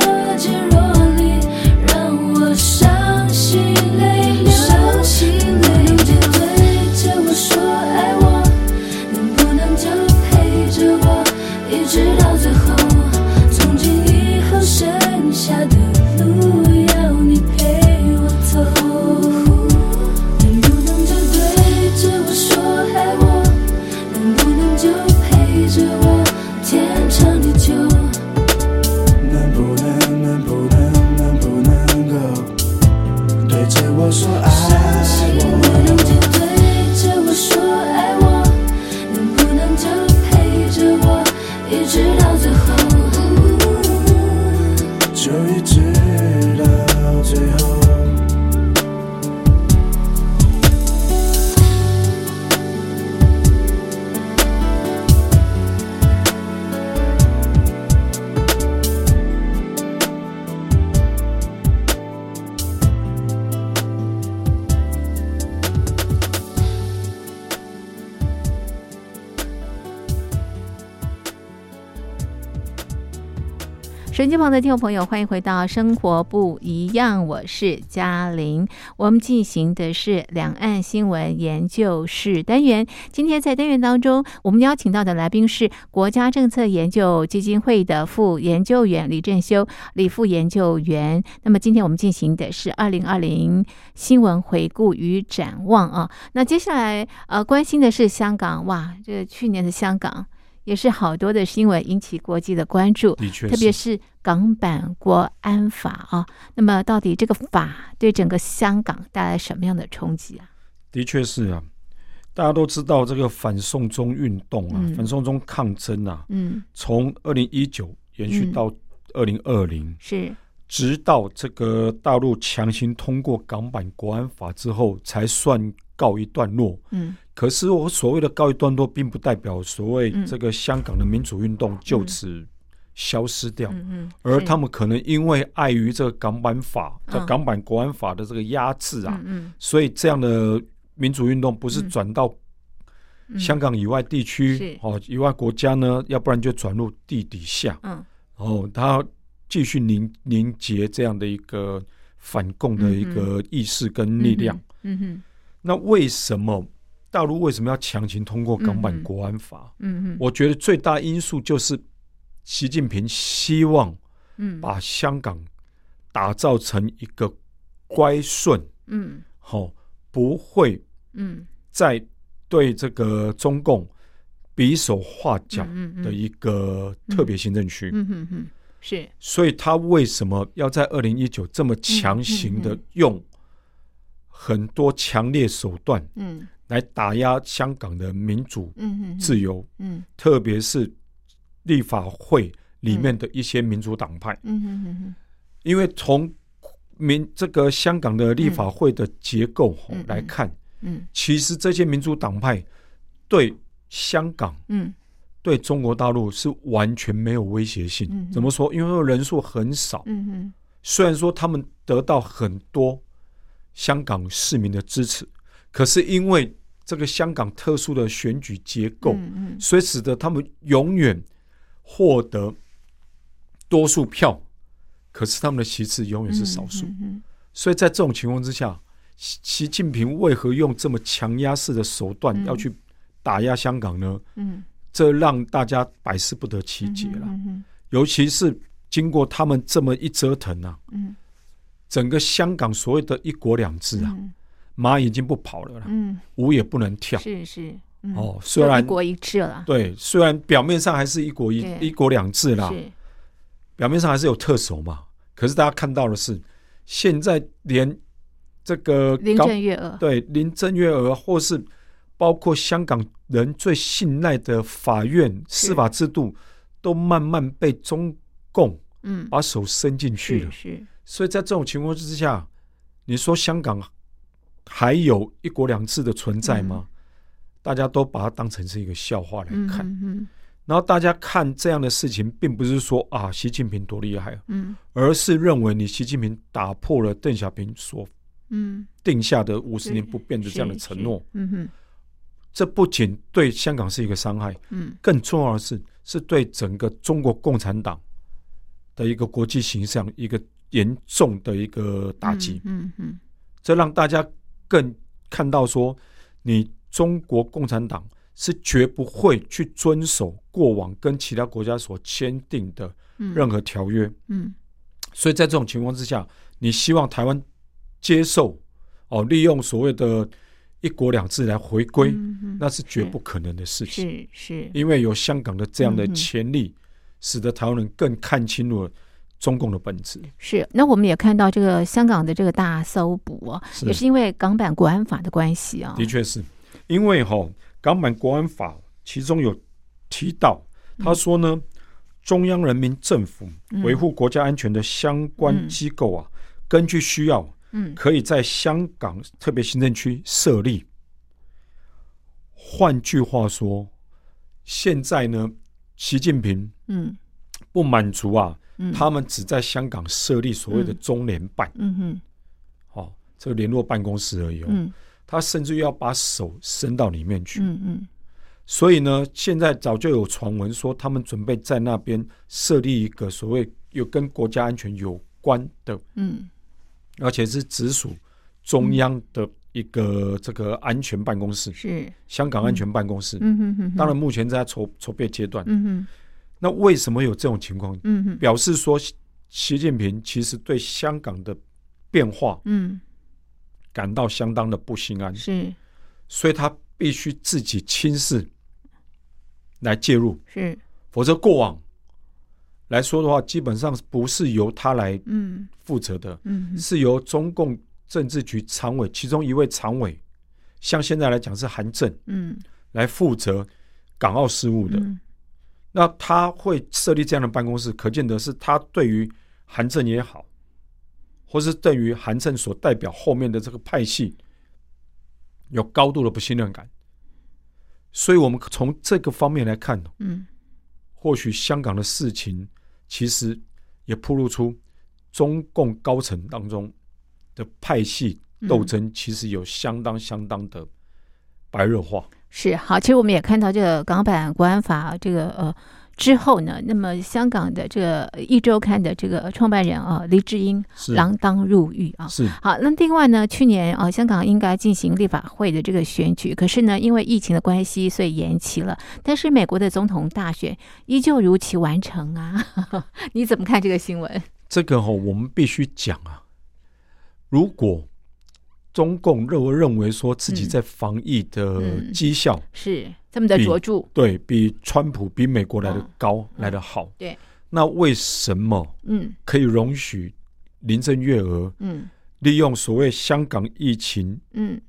Speaker 1: 手机旁的听众朋友，欢迎回到《生活不一样》，我是嘉玲。我们进行的是两岸新闻研究室单元。今天在单元当中，我们邀请到的来宾是国家政策研究基金会的副研究员李正修，李副研究员。那么今天我们进行的是二零二零新闻回顾与展望啊。那接下来呃，关心的是香港，哇，这去年的香港。也是好多的新闻引起国际的关注，
Speaker 5: 的确，
Speaker 1: 特别是港版国安法啊。那么，到底这个法对整个香港带来什么样的冲击啊？
Speaker 5: 的确是啊，大家都知道这个反送中运动啊，
Speaker 1: 嗯
Speaker 5: 反送中抗争啊，
Speaker 1: 嗯，
Speaker 5: 从二零一九延续到二零二零，
Speaker 1: 是，
Speaker 5: 直到这个大陆强行通过港版国安法之后，才算告一段落。
Speaker 1: 嗯
Speaker 5: 可是我所谓的告一段落，并不代表所谓
Speaker 1: 嗯
Speaker 5: 这个香港的民主运动就此消失掉，
Speaker 1: 嗯嗯，
Speaker 5: 而
Speaker 1: 是
Speaker 5: 他们可能因为碍于这个港版法、
Speaker 1: 嗯
Speaker 5: 这港版国安法的这个压制啊，
Speaker 1: 嗯
Speaker 5: 所以这样的民主运动不是
Speaker 1: 嗯
Speaker 5: 转到
Speaker 1: 嗯，
Speaker 5: 香
Speaker 1: 港，
Speaker 5: 港以外地
Speaker 1: 是
Speaker 5: 区、哦以外国家呢，要不然就转入地底下，
Speaker 1: 嗯
Speaker 5: 哦，它继续凝凝结这样的一个反共的一个意识跟力量。，
Speaker 1: 嗯哼，
Speaker 5: 那为什么大陆为什么要强行通过港
Speaker 1: 嗯嗯
Speaker 5: 版国安法？
Speaker 1: 嗯哼，
Speaker 5: 我觉得最大因素就是习近平希望
Speaker 1: 嗯
Speaker 5: 把香港打造成一个乖顺，
Speaker 1: 嗯
Speaker 5: 哦，不会
Speaker 1: 嗯
Speaker 5: 再对这个中共比手画脚
Speaker 1: 嗯嗯嗯
Speaker 5: 的一个特别行政区。
Speaker 1: 嗯哼哼，是，
Speaker 5: 所以他为什么要在二零一九这么强行
Speaker 1: 嗯嗯
Speaker 5: 的
Speaker 1: 嗯
Speaker 5: 用很多强烈手段
Speaker 1: 嗯
Speaker 5: 来打压香港的民主
Speaker 1: 嗯哼，
Speaker 5: 自由，
Speaker 1: 嗯
Speaker 5: 特别是立法会里面的一些民主党派？
Speaker 1: 嗯哼哼哼，
Speaker 5: 因为从民这个香港的立法会的结构哦
Speaker 1: 嗯嗯
Speaker 5: 来看，
Speaker 1: 嗯
Speaker 5: 其实这些民主党派对香港、
Speaker 1: 嗯
Speaker 5: 对中国大陆是完全没有威胁性。
Speaker 1: 嗯嗯
Speaker 5: 怎么说？因为人数很少，
Speaker 1: 嗯哼，
Speaker 5: 虽然说他们得到很多香港市民的支持，可是因为这个香港特殊的选举结构，
Speaker 1: 嗯
Speaker 5: 所以使得他们永远获得多数票，可是他们的席次永远是少数。
Speaker 1: 嗯
Speaker 5: 所以在这种情况之下，习习近平为何用这么强压式的手段要去打压香港呢？
Speaker 1: 嗯，
Speaker 5: 这让大家百思不得其解了。
Speaker 1: 嗯
Speaker 5: 尤其是经过他们这么一折腾啊，
Speaker 1: 嗯
Speaker 5: 整个香港所谓的一国两制啊，
Speaker 1: 嗯
Speaker 5: 马已经不跑了啦，
Speaker 1: 嗯，
Speaker 5: 舞也不能跳。
Speaker 1: 是是，嗯
Speaker 5: 哦，虽然
Speaker 1: 一国一制了，
Speaker 5: 对，虽然表面上还是一国一
Speaker 1: 对
Speaker 5: 一国两制啦，
Speaker 1: 是，
Speaker 5: 表面上还是有特首嘛，可是大家看到的是，现在连这个
Speaker 1: 林
Speaker 5: 高
Speaker 1: 郑月娥，
Speaker 5: 对林郑月娥，或是包括香港人最信赖的法院司法制度，都慢慢被中共
Speaker 1: 嗯，
Speaker 5: 把手伸进去了
Speaker 1: 是。是，
Speaker 5: 所以在这种情况之下，你说香港还有一国两制的存在吗？大家都把它当成是一个笑话来
Speaker 1: 嗯
Speaker 5: 看。
Speaker 1: 嗯
Speaker 5: 然后大家看这样的事情，并不是说啊习近平多厉害，
Speaker 1: 嗯
Speaker 5: 而是认为你习近平打破了邓小平所
Speaker 1: 嗯，
Speaker 5: 定下的五十
Speaker 1: 对
Speaker 5: 年不变的这样的承诺。，
Speaker 1: 是是嗯哼
Speaker 5: 这不仅对香港是一个伤害，
Speaker 1: 嗯
Speaker 5: 更重要的是，是对整个中国共产党的一个国际形象一个严重的一个打击。
Speaker 1: 嗯嗯
Speaker 5: 这让大家更看到说，你中国共产党是绝不会去遵守过往跟其他国家所签订的
Speaker 1: 嗯，
Speaker 5: 任何条约。
Speaker 1: 嗯
Speaker 5: 所以在这种情况之下，你希望台湾接受哦，利用所谓的“一国两制”来回归，
Speaker 1: 嗯嗯
Speaker 5: 那是绝不可能的事情。
Speaker 1: 是是，
Speaker 5: 因为有香港的这样的
Speaker 1: 嗯哼
Speaker 5: 潜力，使得台湾人更看清了中共的本质。
Speaker 1: 是，那我们也看到这个香港的这个大搜捕、啊，
Speaker 5: 是
Speaker 1: 也是因为港版国安法的关系啊。
Speaker 5: 的确是，因为哈、港版国安法其中有提到，他说
Speaker 1: 嗯
Speaker 5: 呢，中央人民政府维护国家安全的相关机构啊，根据需要，
Speaker 1: 嗯
Speaker 5: 可以在香港特别行政区设立。换句话说，现在呢，习近平
Speaker 1: 嗯
Speaker 5: 不满足啊，
Speaker 1: 嗯，
Speaker 5: 他们只在香港设立所谓的
Speaker 1: 嗯
Speaker 5: 中联办，
Speaker 1: 嗯哼
Speaker 5: 哦，这个联络办公室而已、哦。
Speaker 1: 嗯
Speaker 5: 他甚至要把手伸到里面去。
Speaker 1: 嗯嗯
Speaker 5: 所以呢，现在早就有传闻说，他们准备在那边设立一个所谓有跟国家安全有关的，
Speaker 1: 嗯
Speaker 5: 而且是直属中央的一个这个安全办公室，
Speaker 1: 是，
Speaker 5: 香港安全办公室。
Speaker 1: 嗯哼哼哼，
Speaker 5: 当然，目前在筹筹备阶段。
Speaker 1: 嗯哼，
Speaker 5: 那为什么有这种情况？
Speaker 1: 嗯哼，
Speaker 5: 表示说，习习近平其实对香港的变化
Speaker 1: 嗯
Speaker 5: 感到相当的不心安，
Speaker 1: 是
Speaker 5: 所以他必须自己亲自来介入，
Speaker 1: 是，
Speaker 5: 否则过往来说的话，基本上不是由他来
Speaker 1: 嗯
Speaker 5: 负责的，
Speaker 1: 嗯
Speaker 5: 是由中共政治局常委其中一位常委，像现在来讲是韩正
Speaker 1: 嗯
Speaker 5: 来负责港澳事务的。
Speaker 1: 嗯
Speaker 5: 那他会设立这样的办公室，可见得是他对于韩正也好，或是对于韩正所代表后面的这个派系有高度的不信任感。所以，我们从这个方面来看，
Speaker 1: 嗯
Speaker 5: 或许香港的事情其实也暴露出中共高层当中的派系
Speaker 1: 嗯
Speaker 5: 斗争，其实有相当相当的白热化。
Speaker 1: 是好。其实我们也看到这个港版国安法这个呃。之后呢？那么香港的这个《一周刊》的这个创办人啊，黎智英
Speaker 5: 是
Speaker 1: 锒铛入狱啊，
Speaker 5: 是
Speaker 1: 好，那另外呢，去年啊、呃香港应该进行立法会的这个选举，可是呢，因为疫情的关系，所以延期了。但是美国的总统大选依旧如期完成啊！ 你怎么看这个新闻？
Speaker 5: 这个哈、我们必须讲啊。如果中共认为认为说自己在防疫的
Speaker 1: 嗯
Speaker 5: 绩效、
Speaker 1: 是这么的
Speaker 5: 比
Speaker 1: 卓著，
Speaker 5: 对比川普、比美国来的
Speaker 1: 嗯
Speaker 5: 高、来的好，
Speaker 1: 对，
Speaker 5: 那为什么
Speaker 1: 嗯
Speaker 5: 可以容许林郑月娥
Speaker 1: 嗯
Speaker 5: 利用所谓香港疫情
Speaker 1: 嗯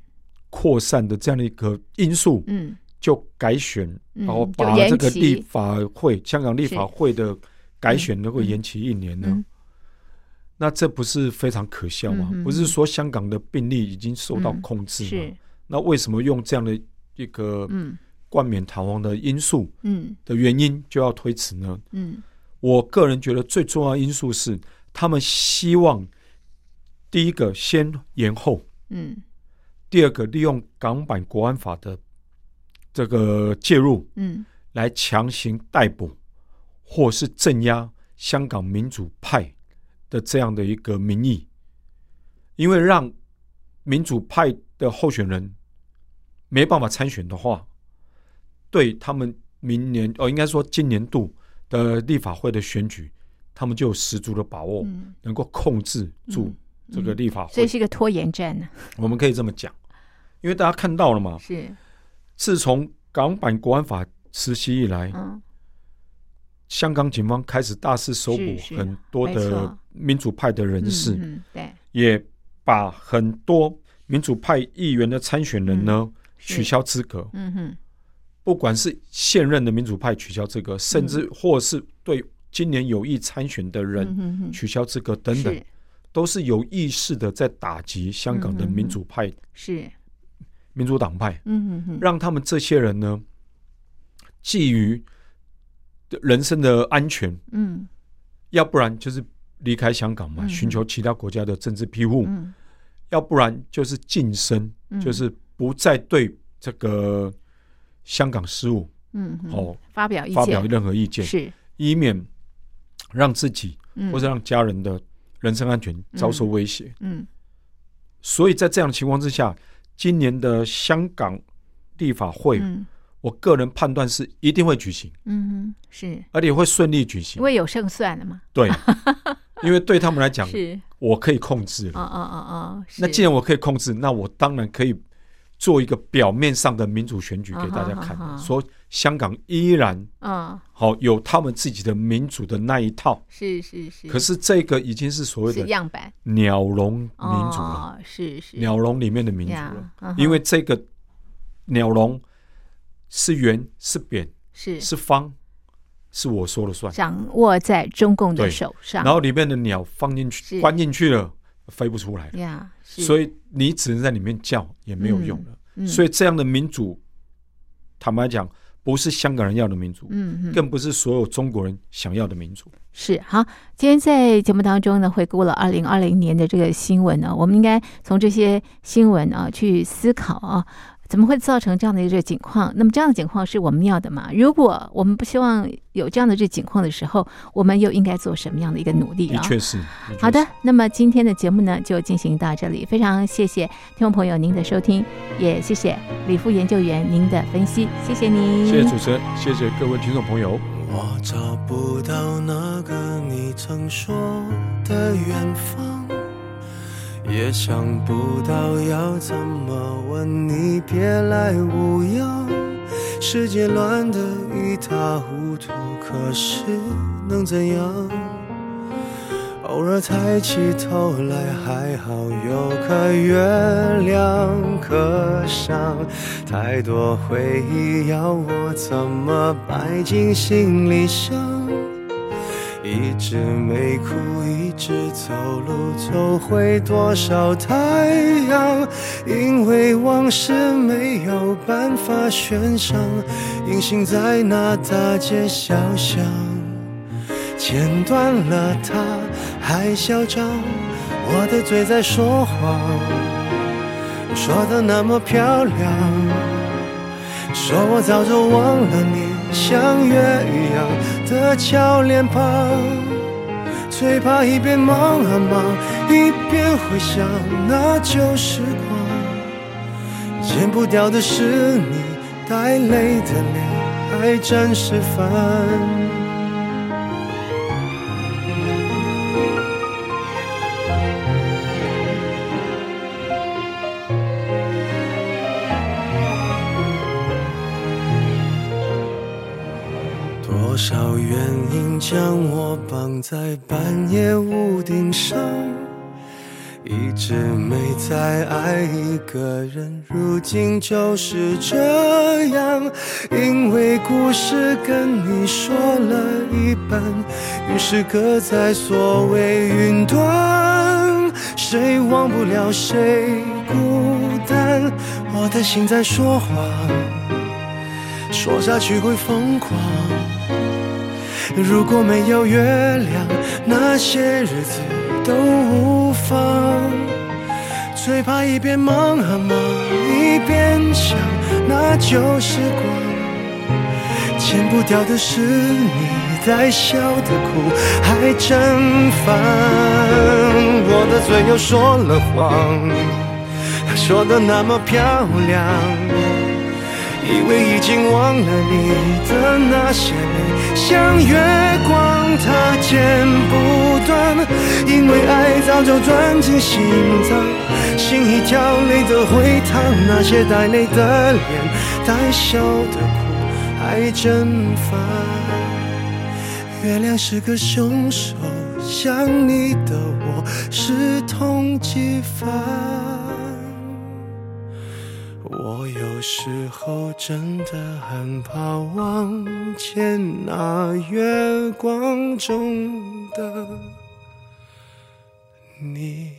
Speaker 5: 扩散的这样的一个因素，
Speaker 1: 嗯
Speaker 5: 就改选，然
Speaker 1: 嗯
Speaker 5: 后把
Speaker 1: 就延
Speaker 5: 这个
Speaker 1: 期
Speaker 5: 立法会、香港立法
Speaker 1: 是
Speaker 5: 会的改选能够延期一年呢？
Speaker 1: 嗯
Speaker 5: 那这不是非常可笑吗？
Speaker 1: 嗯嗯嗯嗯
Speaker 5: 不是说香港的病例已经受到控制吗？
Speaker 1: 是
Speaker 5: 那为什么用这样的一个
Speaker 1: 嗯
Speaker 5: 冠冕堂皇的因素
Speaker 1: 嗯
Speaker 5: 的原因就要推迟呢？
Speaker 1: 嗯
Speaker 5: 我个人觉得最重要的因素是，他们希望第一个先延后，
Speaker 1: 嗯
Speaker 5: 第二个利用港版国安法的这个介入
Speaker 1: 嗯
Speaker 5: 来强行逮捕或是镇压香港民主派的这样的一个民意，因为让民主派的候选人没办法参选的话，对他们明年哦，应该说今年度的立法会的选举，他们就有十足的把握、
Speaker 1: 嗯，
Speaker 5: 能够控制住这个立法
Speaker 1: 所
Speaker 5: 会。
Speaker 1: 以是一个拖延啊战呢。
Speaker 5: 我们可以这么讲，因为大家看到了嘛，
Speaker 1: 是
Speaker 5: 自从港版国安法实施以来，
Speaker 1: 嗯
Speaker 5: 香港警方开始大肆搜捕
Speaker 1: 是是
Speaker 5: 很多
Speaker 1: 没
Speaker 5: 的
Speaker 1: 错
Speaker 5: 民主派的人士，
Speaker 1: 嗯嗯对
Speaker 5: 也把很多民主派议员的参选人呢、
Speaker 1: 嗯是
Speaker 5: 取消资格，
Speaker 1: 嗯哼
Speaker 5: 不管是现任的民主派取消资
Speaker 1: 嗯
Speaker 5: 格，甚至或是对今年有意参选的
Speaker 1: 嗯
Speaker 5: 人
Speaker 1: 哼哼
Speaker 5: 取消资格等等，
Speaker 1: 是
Speaker 5: 都是有意识的在打击香港的民主
Speaker 1: 嗯
Speaker 5: 派、
Speaker 1: 是
Speaker 5: 民主党派，
Speaker 1: 嗯哼哼
Speaker 5: 让他们这些人呢，基于人身的安全，
Speaker 1: 嗯
Speaker 5: 要不然就是离开香港嘛，
Speaker 1: 嗯
Speaker 5: 寻求其他国家的政治庇护；
Speaker 1: 嗯
Speaker 5: 要不然就是晋升，
Speaker 1: 嗯
Speaker 5: 就是不再对这个香港事务
Speaker 1: 嗯哼
Speaker 5: 哦
Speaker 1: 发表意
Speaker 5: 发表
Speaker 1: 见
Speaker 5: 任何意见，
Speaker 1: 是
Speaker 5: 以免让自己
Speaker 1: 嗯
Speaker 5: 或者让家人的人身安全遭受威胁。
Speaker 1: 嗯
Speaker 5: 所以在这样的情况之下，今年的香港立法会，
Speaker 1: 嗯
Speaker 5: 我个人判断是一定会举行，
Speaker 1: 嗯哼是。
Speaker 5: 而且会顺利举行
Speaker 1: 因。为有胜算了嘛。
Speaker 5: 对，因为对他们来讲，
Speaker 1: 是，
Speaker 5: 我可以控制了
Speaker 1: 哦。哦哦哦，
Speaker 5: 那
Speaker 1: 是
Speaker 5: 既然我可以控制，那我当然可以做一个表面上的民主选举给大家看，
Speaker 1: 啊哈啊哈
Speaker 5: 说香港依然
Speaker 1: 嗯，
Speaker 5: 好、有他们自己的民主的那一套。
Speaker 1: 是是是，
Speaker 5: 可是这个已经是所谓
Speaker 1: 是
Speaker 5: 的
Speaker 1: 样板
Speaker 5: 鸟笼民主了，
Speaker 1: 哦，是是
Speaker 5: 鸟笼里面的民主了
Speaker 1: 呀，，嗯哼
Speaker 5: 因为这个鸟笼是圆是扁
Speaker 1: 是啊
Speaker 5: 是方，是我说了算。
Speaker 1: 掌握在中共的
Speaker 5: 对
Speaker 1: 手上，
Speaker 5: 然后里面的鸟放进
Speaker 1: 是
Speaker 5: 去关进去了，飞不出来了。
Speaker 1: 呀，是
Speaker 5: 所
Speaker 1: 以
Speaker 5: 以你只能在里面叫也没有用了。
Speaker 1: 嗯嗯
Speaker 5: 所以这样的民主，坦白讲，不是香港人要的民主，
Speaker 1: 嗯嗯。
Speaker 5: 更不是所有中国人想要的民主。
Speaker 1: 是好，今天在节目当中呢，回顾了二零二零年的这个新闻呢，我们应该从这些新闻啊去思考啊，怎么会造成这样的一个情况？那么这样的情况是我们要的吗？如果我们不希望有这样的这情况的时候，我们又应该做什么样的一个努力
Speaker 5: 的
Speaker 1: 啊？
Speaker 5: 确是。确
Speaker 1: 好的
Speaker 5: 是，，
Speaker 1: 那么今天的节目呢就进行到这里，非常谢谢听众朋友您的收听，也谢谢李副研究员您的分析，谢谢您，
Speaker 5: 谢谢主持人，谢谢各位听众朋友。
Speaker 11: 我找不到那个你曾说的远方，也想不到要怎么问你别来无恙。世界乱得一塌糊涂，可是能怎样？偶尔抬起头来，还好有颗月亮可赏。太多回忆要我怎么摆进行李箱？一直没哭，一直走路，走回多少太阳？因为往事没有办法悬赏，隐形在那大街小巷，剪断了它还嚣张，我的嘴在说谎，说的那么漂亮。说我早就忘了你，像月一样的俏脸庞，最怕一边忙啊忙，一边回想那旧时光。剪不掉的是你带泪的脸，还真是烦。多少原因将我绑在半夜屋顶上，一直没再爱一个人，如今就是这样。因为故事跟你说了一半，于是搁在所谓云端，谁忘不了谁孤单，我的心在说谎。说下去会疯狂。如果没有月亮，那些日子都无妨。最怕一边忙啊忙，一边想那旧时光。剪不掉的是你在笑的苦，还真烦。我的嘴又说了谎，说的那么漂亮。以为已经忘了你的那些美，像月光它剪不断，因为爱早就钻进心脏，心一跳泪的回淌，那些带泪的脸，带笑的哭，还真烦。月亮是个凶手，想你的我是通缉犯。我有时候真的很怕望见那月光中的你。